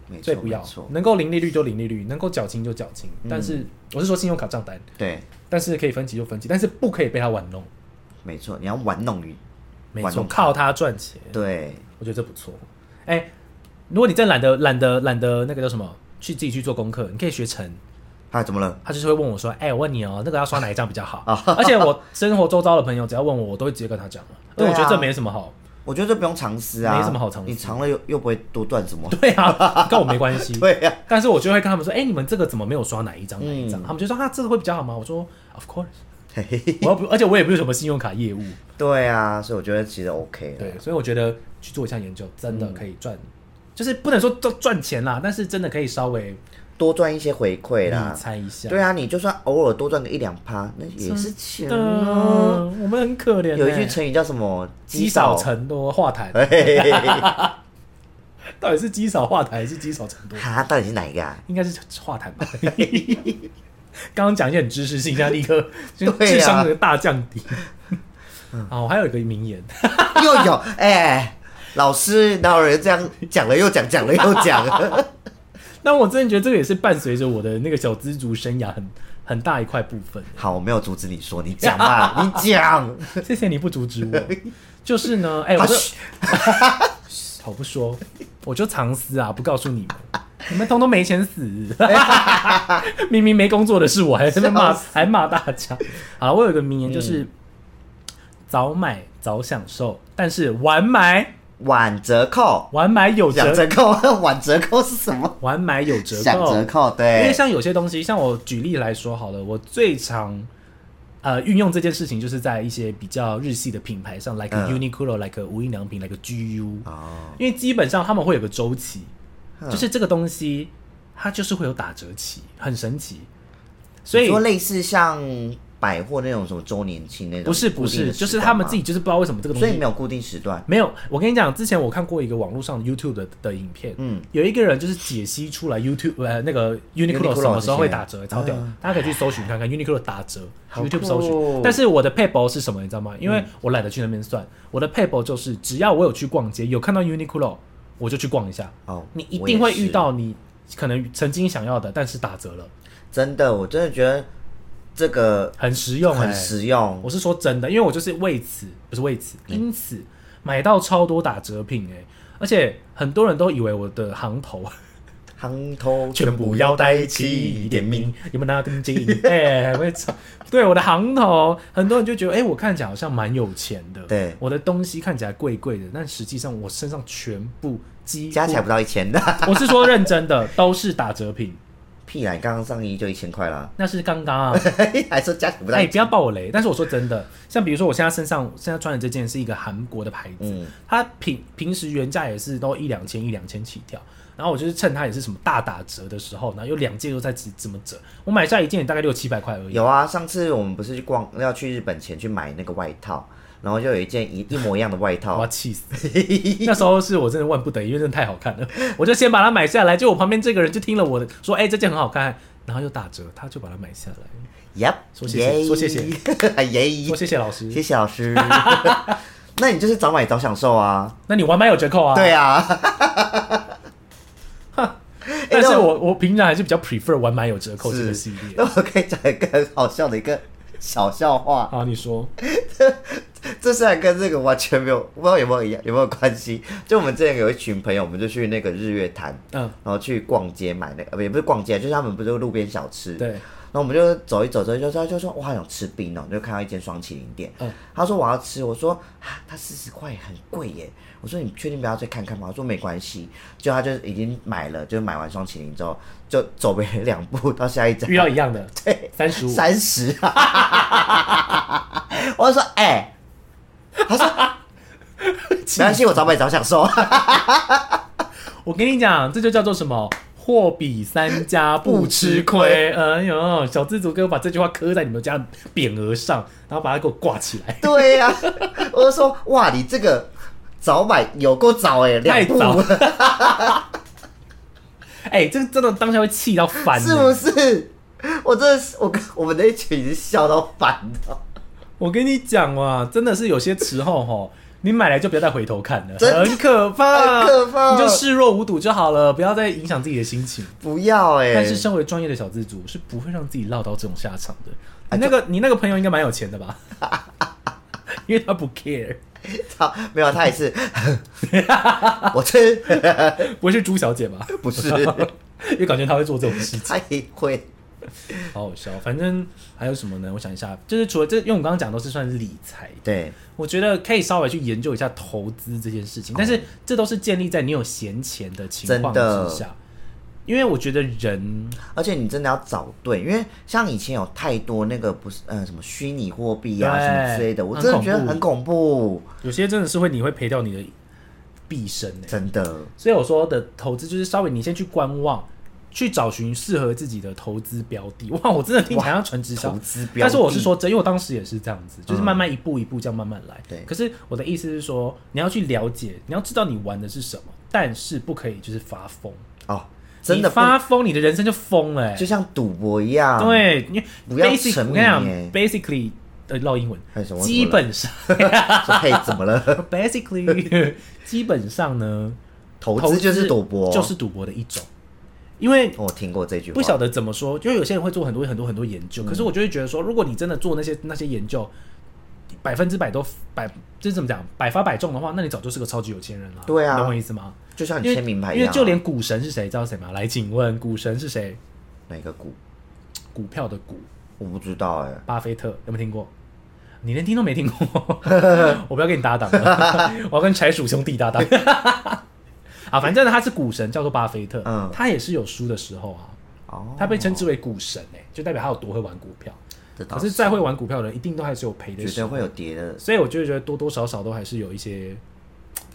没所错以不要没错，嗯能够零利率就零利率，能够缴清就缴清。但是我是说信用卡账单，对，但是可以分期就分期，但是不可以被他玩弄，没错，你要玩弄于，没玩错，弄靠他赚钱，对，我觉得这不错。哎，如果你真懒得懒得懒得那个叫什么，去自己去做功课，你可以学成。他啊怎么了？他就是会问我说：“哎、我问你哦，那个要刷哪一张比较好？”哦而且我生活周遭的朋友只要问我，我都会直接跟他 [LAUGHS] 讲了，因为我觉对得啊这没什么好。我觉得这不用藏私啊，没什么好藏私你藏了又又不会多赚什么， [LAUGHS] 对啊，跟我没关系。对啊呀，但是我就会跟他们说，哎、你们这个怎么没有刷哪一张嗯哪一张？他们就说，啊，这个会比较好吗？我说，Of course，我 [LAUGHS] 又不，而且我也不是什么信用卡业务，对啊，所以我觉得其实 OK 了，对，所以我觉得去做一下研究，真嗯的可以赚，就是不能说赚赚钱啦，但是真的可以稍微多赚一些回馈啦理，猜嗯一下。对啊，你就算偶尔多赚个一两趴，那也是钱的，啊。我们很可怜欸、有一句成语叫什么？积少成多，化痰，嘿嘿嘿嘿到底是积少化痰还是积少成多？ [LAUGHS] 哈，到底是哪一个啊？应该是化痰吧。 [LAUGHS] 刚刚讲一些很知识性，现在立 [LAUGHS] 刻就对啊智嗯商的大降低。啊，我还有一个名言， [LAUGHS] [LAUGHS] 又有哎、老师，哪有人这样讲了又讲，讲了又讲？ [LAUGHS] 但我真的觉得这个也是伴随着我的那个小资族生涯很很大一块部分。好，我没有阻止你说，你讲 [LAUGHS] 吧，你讲。谢谢你不阻止我。 [LAUGHS] 就是呢，哎、我啊就嘘好不说，我就藏私啊，不告诉你们，你们通通没钱死。 [LAUGHS] 明明没工作的是我，还在那边骂，笑嗯还骂大家。好了，我有一个名言，就是、早买早享受，但是晚买晚折扣，晚买有讲折，折扣， [LAUGHS] 晚折扣是什么？晚买有折想扣折。扣，哎因为对，像有些东西，像我举例来说好了，我最常呃运用这件事情，就是在一些比较日系的品牌上，like a 嗯 Uniqlo、like a 无印良品、like a GU，哦，因为基本上他们会有个周期，嗯就是这个东西它就是会有打折期，很神奇。所你以说类似像百货那种什么周年庆那种，不是不是，就是他们自己，就是不知道为什么这个东所以西没有固定时段。没有，我跟你讲，之前我看过一个网络上 YouTube 的的影片，嗯，有一个人就是解析出来 YouTube 呃那个 Uniqlo Uniqlo 什么时候会这些打折，超屌，大家可以去搜寻看看 Uniqlo 打折嗯好，YouTube 酷搜哦嗯寻。但是我的 payball 是什么，你知道吗？因为我懒得去那边算，我的 payball 就是只要我有去逛街，有看到 Uniqlo，我就去逛一下。哦，你一我定也会是遇到你可能曾经想要的，但是打折了，真的，我真的觉得这个很实用、欸，很实用。嗯我是说真的，因为我就是为此，不是为此，因此买到超多打折品哎、而且很多人都以为我的行 [LAUGHS] 头行头全部要带起一点名，有没有拿根筋？ [LAUGHS] 哎、我会唱。对我的行头，很多人就觉得哎、我看起来好像蛮有钱的，对我的东西看起来贵贵的，但实际上我身上全部几乎加起来，不到一千的，我是说认真的，都是打折品，屁啊啦！你刚刚上衣就一千块啦， [LAUGHS] 那是刚刚啊。还说加起来不到哎、一不要爆我雷！但是我说真的，像比如说我现在身上现在穿的这件是一个韩国的牌子，嗯它平平时原价也是都一两千一两千起跳，然后我就是趁它也是什么大打折的时候，然后有两件都在怎怎么折，我买下一件也大概六七百块而已。有啊，上次我们不是去逛，要去日本前去买那个外套，然后就有一件一一模一样的外我要套，气死！那时候是我真的万不得已，因为真的太好看 [LAUGHS] 了，我就先把它买下来。就我旁边这个人就听了我的说，哎、这件很好看，然后又打折，他就把它买下来，耶！说谢谢说谢 [LAUGHS] 谢，说耶！谢谢老师。谢谢老师。那你就是早买早享受啊，那你晚买有折扣啊？对啊， [LAUGHS] 但那是我我我平常还是比较 prefer 晚买有折扣这个系列。那我可以讲一个很好笑的一个小笑话，好，你说。这虽然跟这个完全没有，不知道有没有一样有没有关系。就我们之前有一群朋友，我们就去那个日月潭，嗯，然后去逛街买那个，呃也不是逛街，就是他们不是路边小吃，对，然后我们就走一走，走一走，他就说我好想吃冰哦，就看到一间双麒麟店，嗯他说我要吃，我说啊，它四十块很贵耶，我说你确定不要再看看吗？他说没关系，就他就已经买了，就买完双麒麟之后，就走没两步到下一站遇到一样的， [LAUGHS] 对，三十五，三十，我就说哎、[LAUGHS] 他说没关系，我早买早享受，我跟你讲，这就叫做什么？货比三家不吃 [LAUGHS] 亏。哎呦，小资族给我把这句话刻在你们家匾额上，然后把它给我挂起来。 [LAUGHS] 对呀、我就说哇，你这个早买有够早哎，两太步早 [LAUGHS] 哎、这个真的当下会气到翻。是不？是？ [LAUGHS] 我真的是，我跟我们那一群已经笑到烦了，我跟你讲哇，真的是有些时候吼。你买来就不要再回头看了，真的很可怕，很可怕你就视若无睹就好了，不要再影响自己的心情。不要哎、但是身为专业的小资主，是不会让自己落到这种下场的。你啊那个你那个朋友应该蛮有钱的吧？ [LAUGHS] 因为他不 care，操，没有，他也是， [LAUGHS] 我吃不会是朱小姐吧？不是，因为感觉他会做这种事情，他也会，好好笑。反正还有什么呢？我想一下，就是除了这，因为我们刚刚讲都是算是理财，对，我觉得可以稍微去研究一下投资这件事情，但是这都是建立在你有闲钱的情况哦真的之下。因为我觉得人而且你真的要找对，因为像以前有太多那个不是，嗯、什么虚拟货币啊对什么之类的，我真的觉得很很恐怖，有些真的是会，你会赔掉你的毕生欸呢、真的，所以我说的投资就是稍微你先去观望，去找寻适合自己的投资标的。哇，我真的听起来像传直销投，资标的，但是我是说真，因为我当时也是这样子，就是慢慢一步一步这样慢慢来。对可是我的意思是说，你要去了解，你要知道你玩的是什么，但是不可以就是发疯。哦，真的你不，发疯，你的人生就疯了、欸。就像赌博一样，，对，因为不要 basic，沉我迷跟你讲欸，basically 呃，唠英文哎什么，基本上 [LAUGHS] 啊说嘿怎么了？ basically 基本上呢，投资就是赌博，就是赌博的一种，因为我听过这句话，不晓得怎么说，就有些人会做很多很多很多研究，可嗯是我就会觉得说，如果你真的做那些那些研究，百分之百都百，就是怎么讲，百发百中的话，那你早就是个超级有钱人了。对啊你懂我意思吗？就像因你为签名牌一因样啊，为就连股神是谁，知道谁吗？来，请问股神是谁？哪个股，股票的股，我不知道哎、巴菲特有没有听过？你连听都没听 [LAUGHS] 过，我不要跟你搭档了， [LAUGHS] 我要跟柴鼠兄弟搭档。 [LAUGHS] 啊，反正呢他是股神，叫做巴菲特，嗯他也是有输的时候啊，哦，他被称之为股神、欸，就代表他有多会玩股票。这倒可是再会玩股票的人，一定都还是有赔的哦绝时对候，会有跌的所以我就觉得多多少少都还是有一些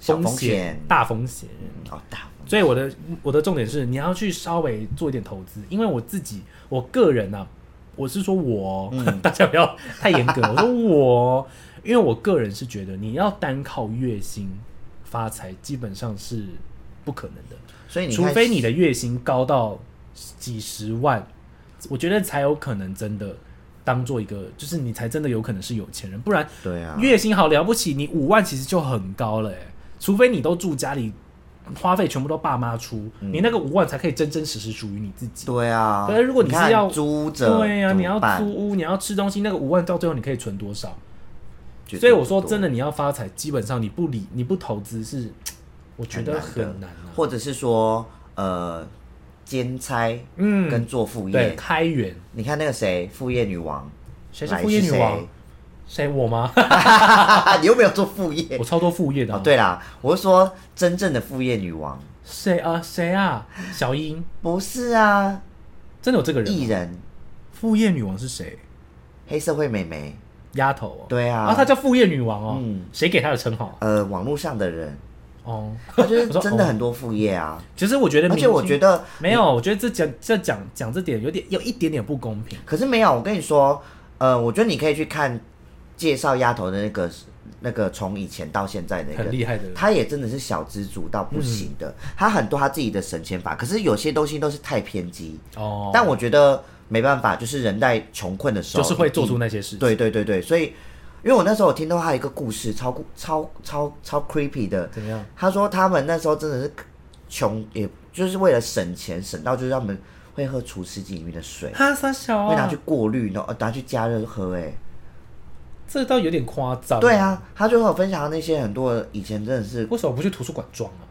小风险险，大风险。哦，大所以我的我的重点是，你要去稍微做一点投资，因为我自己我个人呢、啊，我是说我哦， [LAUGHS] 大家不要太严格。我说我哦，因为我个人是觉得你要单靠月薪发财，基本上是不可能的。所哎以你除看非你的月薪高到几十万，我觉得才有可能真的当做一个，就是你才真的有可能是有钱人，不然对啊，月薪好了不起，你五万其实就很高了、欸，除非你都住家里，花费全部都爸妈出，嗯你那个五万才可以真真实实属于你自己。对啊。可是如果你是看要租着，对呀、呀、你要租屋，你要吃东西，那个五万到最后你可以存多少？绝对所以我说不多真的，你要发财，基本上你不理你不投资是，我觉得很难的很难啊。或者是说呃兼差嗯，跟做副业。对，开源，你看那个谁，副业女王，谁是来副业女王谁？ [LAUGHS] 谁我吗？你又没有做副业我超多副业的、啊哦。，对啦，我是说真正的副业女王，谁啊？谁啊？小英，不是啊，真的有这个人吗？艺人，副业女王是谁？黑社会美眉，丫头哦。对啊，啊，她叫副业女王哦。嗯谁给她的称号啊？呃网络上 [LAUGHS] 的人，哦，她就是 [LAUGHS] 我说真的哦很多副业 [LAUGHS] 啊，其实我觉得而明星，且我觉得，没有，我觉得这讲这讲讲这点有点有一点点不公平。可是没有，我跟你说，呃，我觉得你可以去看介绍丫头的那个那个从以前到现在的一很个厉害嗯的人他也真的是小资族到不行的，他很多他自己的省钱法，可是有些东西都是太偏激。哦，但我觉得没办法，就是人在穷困的时候，就是会做一定出那些事情。对对对对，所以因为我那时候我听到他有一个故事，超酷超超超 creepy 的，怎么样？他说他们那时候真的是穷，也就是为了省钱，省到就是他们会喝除湿机里面的水，哈傻小会拿啊去，过滤，然后呃拿去加热喝、哎。这倒有点夸张。对，啊，他就和我分享那些很多以前真的是，为什么不去图书馆装啊？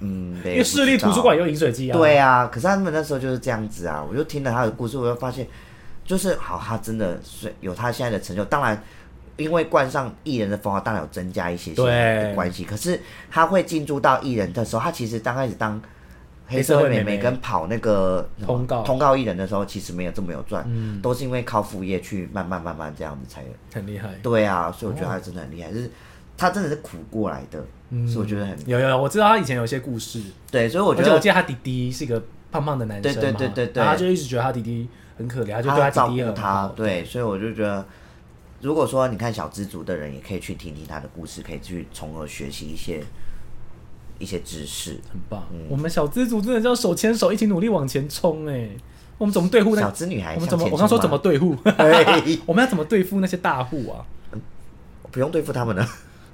嗯，因因为市立图书馆有饮水机啊。对啊，可是他们那时候就是这样子啊，我就听了他的故事，我就发现，就是好，他真的是有他现在的成就。当然，因为冠上艺人的风华，当然有增加一些些对的关系。可是他会进驻到艺人的时候，他其实刚开始当黑黑社社会会妹美妹眉跟跑那个什么通告嗯通告艺人的时候，其实没有这么有赚，都是因为靠副业去慢慢慢慢这样子才。很厉害。对啊，所以我觉得他真的很厉害，就是他真的是苦过来的，所以我觉得很有有有，我知道他以前有一些故事，对，所以我嗯觉而且我得记得他弟弟是一个胖胖的男生嘛，对对对对对然后他就一直觉得他弟弟很可怜，他就他对照弟弟顾很他好，。对，所以我就觉得，如果说你看小知足的人，也可以去听听他的故事，可以去从而学习一些一些知识。很棒，嗯我们小资族真的是要手牵手一起努力往前冲哎、我们怎么对付那小资女孩我们向怎么前我刚说冲啊哎怎么吗对付？嘿 [LAUGHS] 我们要怎么对付那些大户啊？不用对付他们了，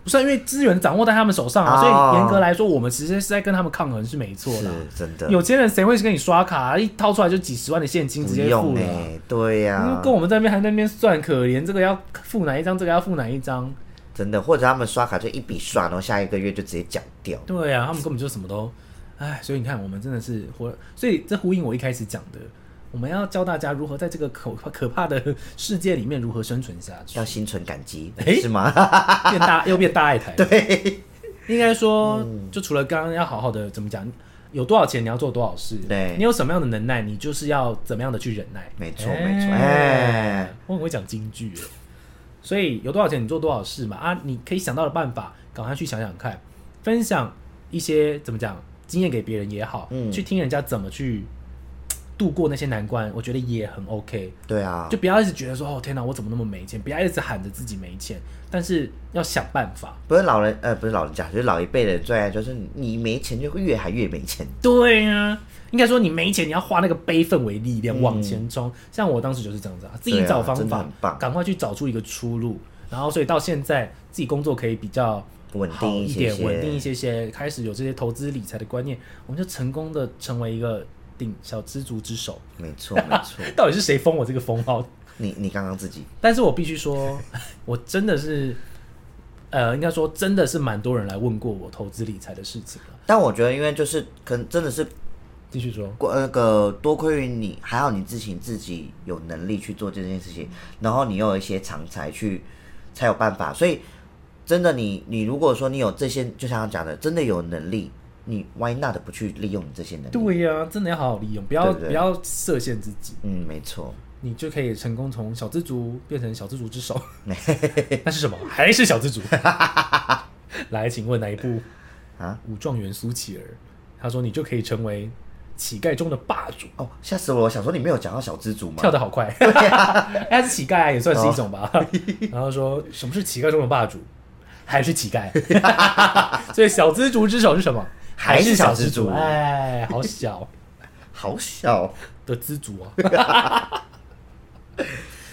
不是啊因为资源掌握在他们手上啊，哦所以严格来说，我们其实是在跟他们抗衡是没错的啊。是真的，有钱人谁会跟你刷卡啊、一掏出来就几十万的现金直不接付用了哎、啊、对呀、嗯跟我们在那边还在那边算可怜，这个要付哪一张，这个要付哪一张？真的，或者他们刷卡就一笔刷，然后下一个月就直接缴掉。对啊，他们根本就什么都，哎，所以你看，我们真的是活，所以这呼应我一开始讲的，我们要教大家如何在这个可可怕的世界里面如何生存下去 [LAUGHS] 要，心存感激，哎 [LAUGHS] 是吗？变大又变大爱台。对，应该说，就除了刚刚要好好的怎么讲，有多少钱你要做多少事，对你有什么样的能耐，你就是要怎么样的去忍耐。没错，没错，哎、我很会讲京剧耶，所以有多少钱你做多少事嘛啊，你可以想到的办法，赶快去想想看，分享一些怎么讲经验给别人也好，嗯去听人家怎么去嘖度过那些难关，我觉得也很 OK。对啊，就不要一直觉得说哦天哪，我怎么那么没钱，不要一直喊着自己没钱，但是要想办法。不是老人，呃，不是老人家，就是老一辈的人最爱，就是你没钱就会越还越没钱。对啊，应该说你没钱，你要化那个悲愤为力量、往前冲。像我当时就是这嗯样子啊，自己找方真的法很，棒赶快去找出一个出路。然后，所以到现在自己工作可以比较稳定好一一些点，些稳定一些些，开始有这些投资理财的观念，我们就成功的成为一个顶小知足之首。没错，没错。 [LAUGHS] [LAUGHS] 到底是谁封我这个封号？你你刚刚自己但是我必须说，我真的是，呃，应该说真的是蛮多人来问过我投资理财的事情了。但我觉得，因为就是可能真的是继续说，过那个多亏于你，还好你自己自己有能力去做这件事情，然后你又有一些常才去，才有办法。所以真的你，你如果说你有这些，就像他讲的，真的有能力，你 why not 不去利用你这些能力？，对呀、真的要好好利用，不要对对不要设限自己。嗯，没错，你就可以成功从小资族变成小资族之 [LAUGHS] 首。那是什么？还是小资族？来，请问哪一部啊？武状元苏乞儿，他说你就可以成为乞丐中的霸主，哦，吓死我了！我想说你没有讲到小蜘蛛吗？跳得好 [LAUGHS] 快。哎他是乞丐啊，也算是一种吧。哦然后说什么是乞丐中的霸主，还是乞 [LAUGHS] 丐。所以小蜘蛛之首是什么？还是是小蜘蜘蛛哎，好小好小，的蜘蛛啊。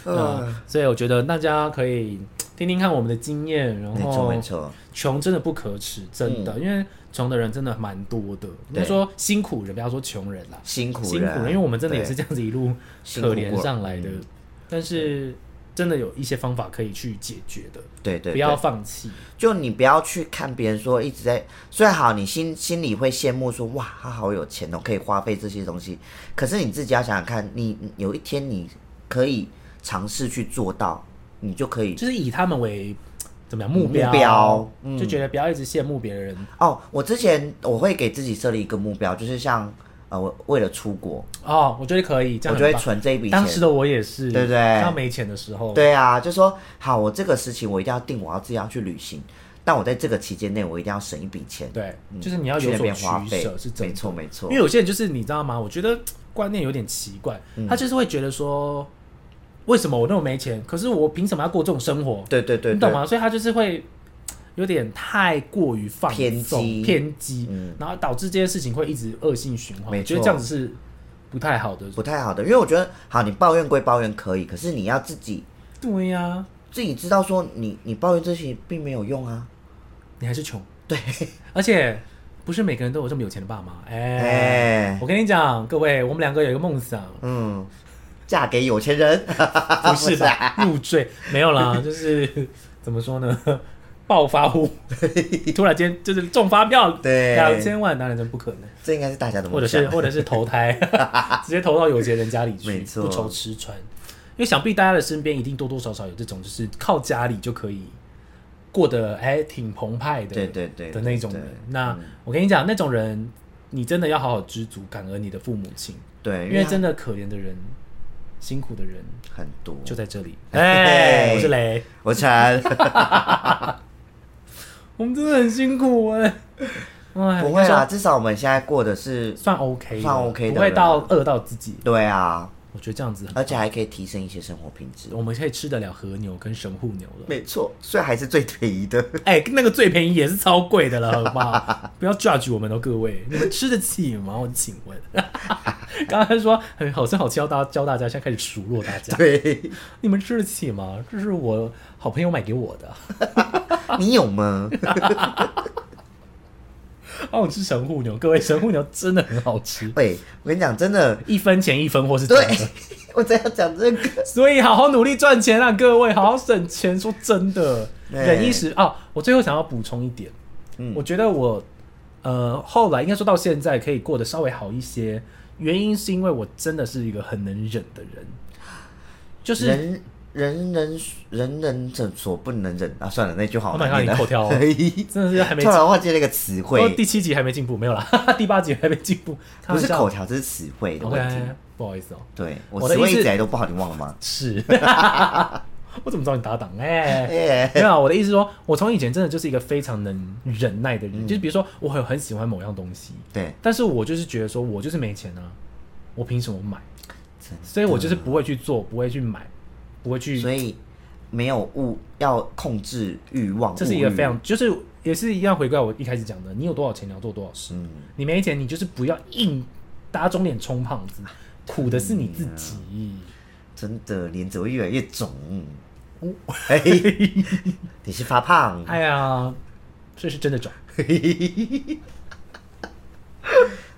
嗯，所以我觉得大家可以听听看我们的经验，然没错后没错，穷真的不可耻，真的，因为穷的人真的蛮多的。应该对说辛苦人，不要说穷人啦，辛苦辛苦人，因为我们真的也是这样子一路辛苦可过嗯怜上来的，但是真的有一些方法可以去解决的，对对对，不要放弃。就你不要去看别人说一直在，虽然好，你心心里会羡慕说哇，他好有钱哦，可以花费这些东西。可是你自己要想想看，你你有一天你可以尝试去做到，你就可以就是以他们为怎么样目目标嗯就觉得不要一直羡慕别人哦。我之前我会给自己设立一个目标，就是像呃，我为了出国，哦。我觉得可以，这我样就会很棒存这一笔当时钱。的我也是，对不对当没钱的时候，对啊，就说好，我这个事情我一定要定，我要自己要去旅行，但我在这个期间内，我一定要省一笔钱，对嗯，就是你要去有那所边花取费舍，是，真没的。错没错因为，有些人就是你知道吗？我觉得观念有点奇怪，嗯他就是会觉得说，为什么我那么没钱，可是我凭什么要过这种生活？对对对你懂对。吗？所以他就是会有点太过于放偏纵激偏激，嗯然后导致这件事情会一直恶性循环。没我觉得错这样子是不太好的。不太好的，因为我觉得，好，你抱怨归抱怨可以，可是你要自己对呀、自己知道说你，你抱怨这些并没有用啊。你还是穷，对，而且不是每个人都有这么有钱的爸妈。哎、哎我跟你讲，各位，我们两个有一个梦想，嗯，嫁给有钱人， [LAUGHS] 不是吧？入赘没有啦，就是怎么说呢？暴发 [LAUGHS] 户突然间就是中发票，对两千万当然真不可能。这应该是大家的或梦者是想。或者是投胎， [LAUGHS] 直接投到有钱人家里去，没错不愁吃穿。因为想必大家的身边一定多多少少有这种，就是靠家里就可以过得哎挺澎湃的，对对对的那种对嗯人。那、我跟你讲，那种人你真的要好好知足，感恩你的父母亲，对，啊因因为为真真的可怜的人，辛苦的人很多。就在这 [LAUGHS] 里。嘿哎、我是雷，我猜我们真的很辛苦哎、 [LAUGHS] 哎，不会应该啦，说至少我们现在过的是，算 OK，的算 OK 的不会了到饿到自己。对啊，我觉得这样子很而且还可以提升一些生活品质。我们可以吃得了和牛跟神户牛了。没错，虽然还是最便宜 [LAUGHS] 的。哎、那个最便宜也是超贵 [LAUGHS] 的了，好不好？不要 judge 我们哦，各位，你们吃得起吗？我请问， [LAUGHS] 刚才说很好声好气要大家教大家，现在开始数落大 [LAUGHS] 家，对，你们吃得起吗？这是我好朋友买给我的， [LAUGHS] 你有吗？哦，我吃神户牛，各位，神户牛真的很好吃，喂，我跟你讲，真的，一分钱一分货是真对 [LAUGHS] 的，我真要讲这个。所以好好努力赚钱啊，各位，好好省钱。说真的，对忍一时哦。我最后想要补充一点，我觉得我呃后来应该说到现在可以过得稍微好一些，原因是因为我真的是一个很能忍的人，就是人人人人人人所不能忍啊！算了，那句话 Oh 我 my god，你扣 [LAUGHS] 掉哦真的是还没突然忘记那个词哦汇，第七集还没进步，没有啦，第八集还没进步，开不玩是笑口条，这是词汇的 OK，问题。不好意思哦，对我我的词意汇一思直以来都不好，你忘了吗？是，我怎么知道你搭档？哎、哎 [LAUGHS] 没有啊，我的意思说，我从以前真的就是一个非常能忍耐的嗯人，就是比如说我很很喜欢某样东西，对，但是我就是觉得说我就是没钱啊，我凭什么买？真的所以我就是不会去做，不会去买，不会去，所以没有物要控制欲望，这是一个物欲非常就是也是一样回归到我一开始讲的，你有多少钱你要做多少事，嗯，你没钱你就是不要硬打肿脸充胖子，苦的是你自己。嗯真的脸怎么越来越肿？ [LAUGHS] 哎，你是发胖？哎呀，这是真的肿。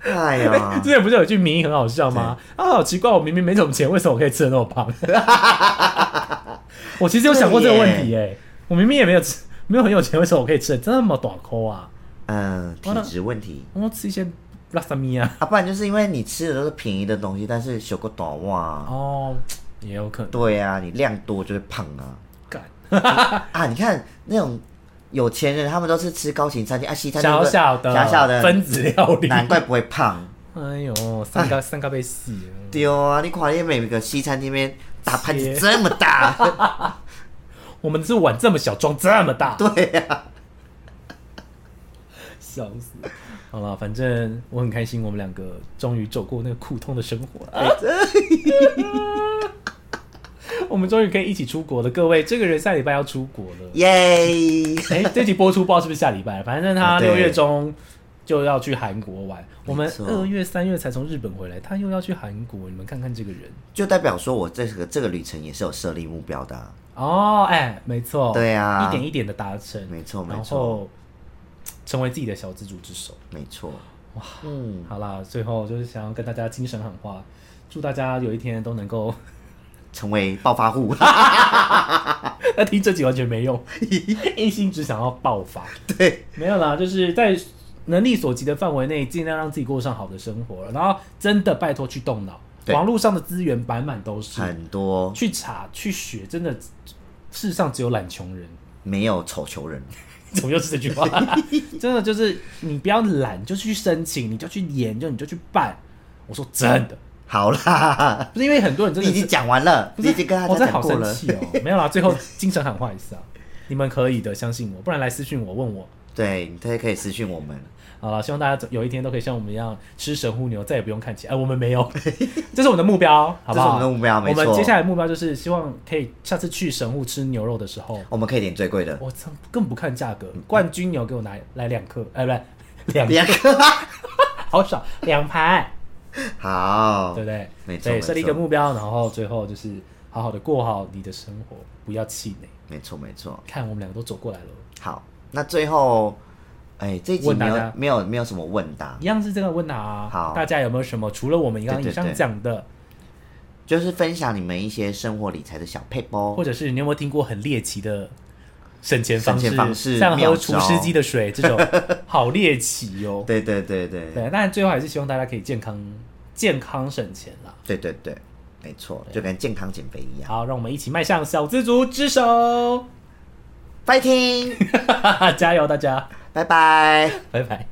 哎呀， [LAUGHS] 之前不是有一句名言很好笑吗？啊，好奇怪，我明明没什么钱，为什么我可以吃的那么胖？ [LAUGHS] 我其实有想过这个问题耶、我明明也没有吃，没有很有钱，为什么我可以吃的这么短抠啊？嗯，体质问题。我吃一些拉萨米啊，啊，不然就是因为你吃的都是便宜的东西，但是修个短袜。哦，也有可能对啊，你量多就会胖 [LAUGHS] 啊。干。啊，你看那种有钱人，他们都是吃高级餐厅啊，西餐厅小都是小的小小的，分子料理，难怪不会胖。哎呦，三个三个被洗了。 [LAUGHS] 对啊，你看你每个西餐厅面大盘切子这么大， [LAUGHS] 我们是碗啊这么小，装这么大，对呀、笑死。好了，反正我很开心，我们两个终于走过那个苦痛的生活了。哎啊 [LAUGHS] 我们终于可以一起出国了，各位，这个人下礼拜要出国 [LAUGHS] 了。耶！哎、这集播出不知道是不是下礼拜，反正他啊对六月中就要去韩国玩，我们错二月、三月才从日本回来，他又要去韩国，你们看看这个人就代表说我这个这个旅程也是有设立目标的啊、哦，哎、没错，对啊一点一点的达成，没错没然错后成为自己的小蜘蛛之首。没错。哇，嗯，好啦，最后就是想要跟大家精神喊话，祝大家有一天都能够， [LAUGHS] 成为暴发户，那听这集完全没用， [LAUGHS] 一心只想要爆发。对，没有啦，就是在能力所及的范围内，尽量让自己过上好的生活了。然后真的拜托去动脑，对网络上的资源满满都是，很多去查去学，真的世上只有懒穷人。没有丑求人，怎么又是这句 [LAUGHS] 话？真的就是你不要懒，就去申请，你就去研究，你就去办。我说真的，好啦，不是因为很多人真你的已是经讲完了，不你是已经跟我大真家的好讲过生了，气哦。没有啦，最后精神喊话一下，你们可以的，相信我，不然来私信我问我。对，你可以私讯我们，好了，希望大家有一天都可以像我们一样吃神户牛，再也不用看起来。哎、我们没 [LAUGHS] 有，这是我们的目标，好不好？这是我们的目标没错我们接下来目标就是希望可以下次去神户吃牛肉的时候，我们可以点最贵的，我真更不看价格，冠军牛给我拿来两克，哎、不对，两 [LAUGHS] 嗯两个，好少两盘，好，对不对？哦没错对，没错设立一个目标，然后最后就是好好的过好你的生活，不要气馁。没错没错，看我们两个都走过来了，好，那最后，哎，这一集问没大有家没有没有什么问答一，样是这个问答、啊。好大家有没有什么除了我们刚刚对对以上对讲的？就是分享你们一些生活理财的小配包或，者是你有没有听过很猎奇的省钱方省式？钱方式像妙喝招除湿机的水这种，好猎奇哟、对对对对 [LAUGHS] 对，但最后还是希望大家可以健康、健康省钱啦。对对对，没错，就跟健康减肥一样好，让我们一起迈向小资族之手， ，fighting， [LAUGHS] 加油大家，拜拜。拜拜。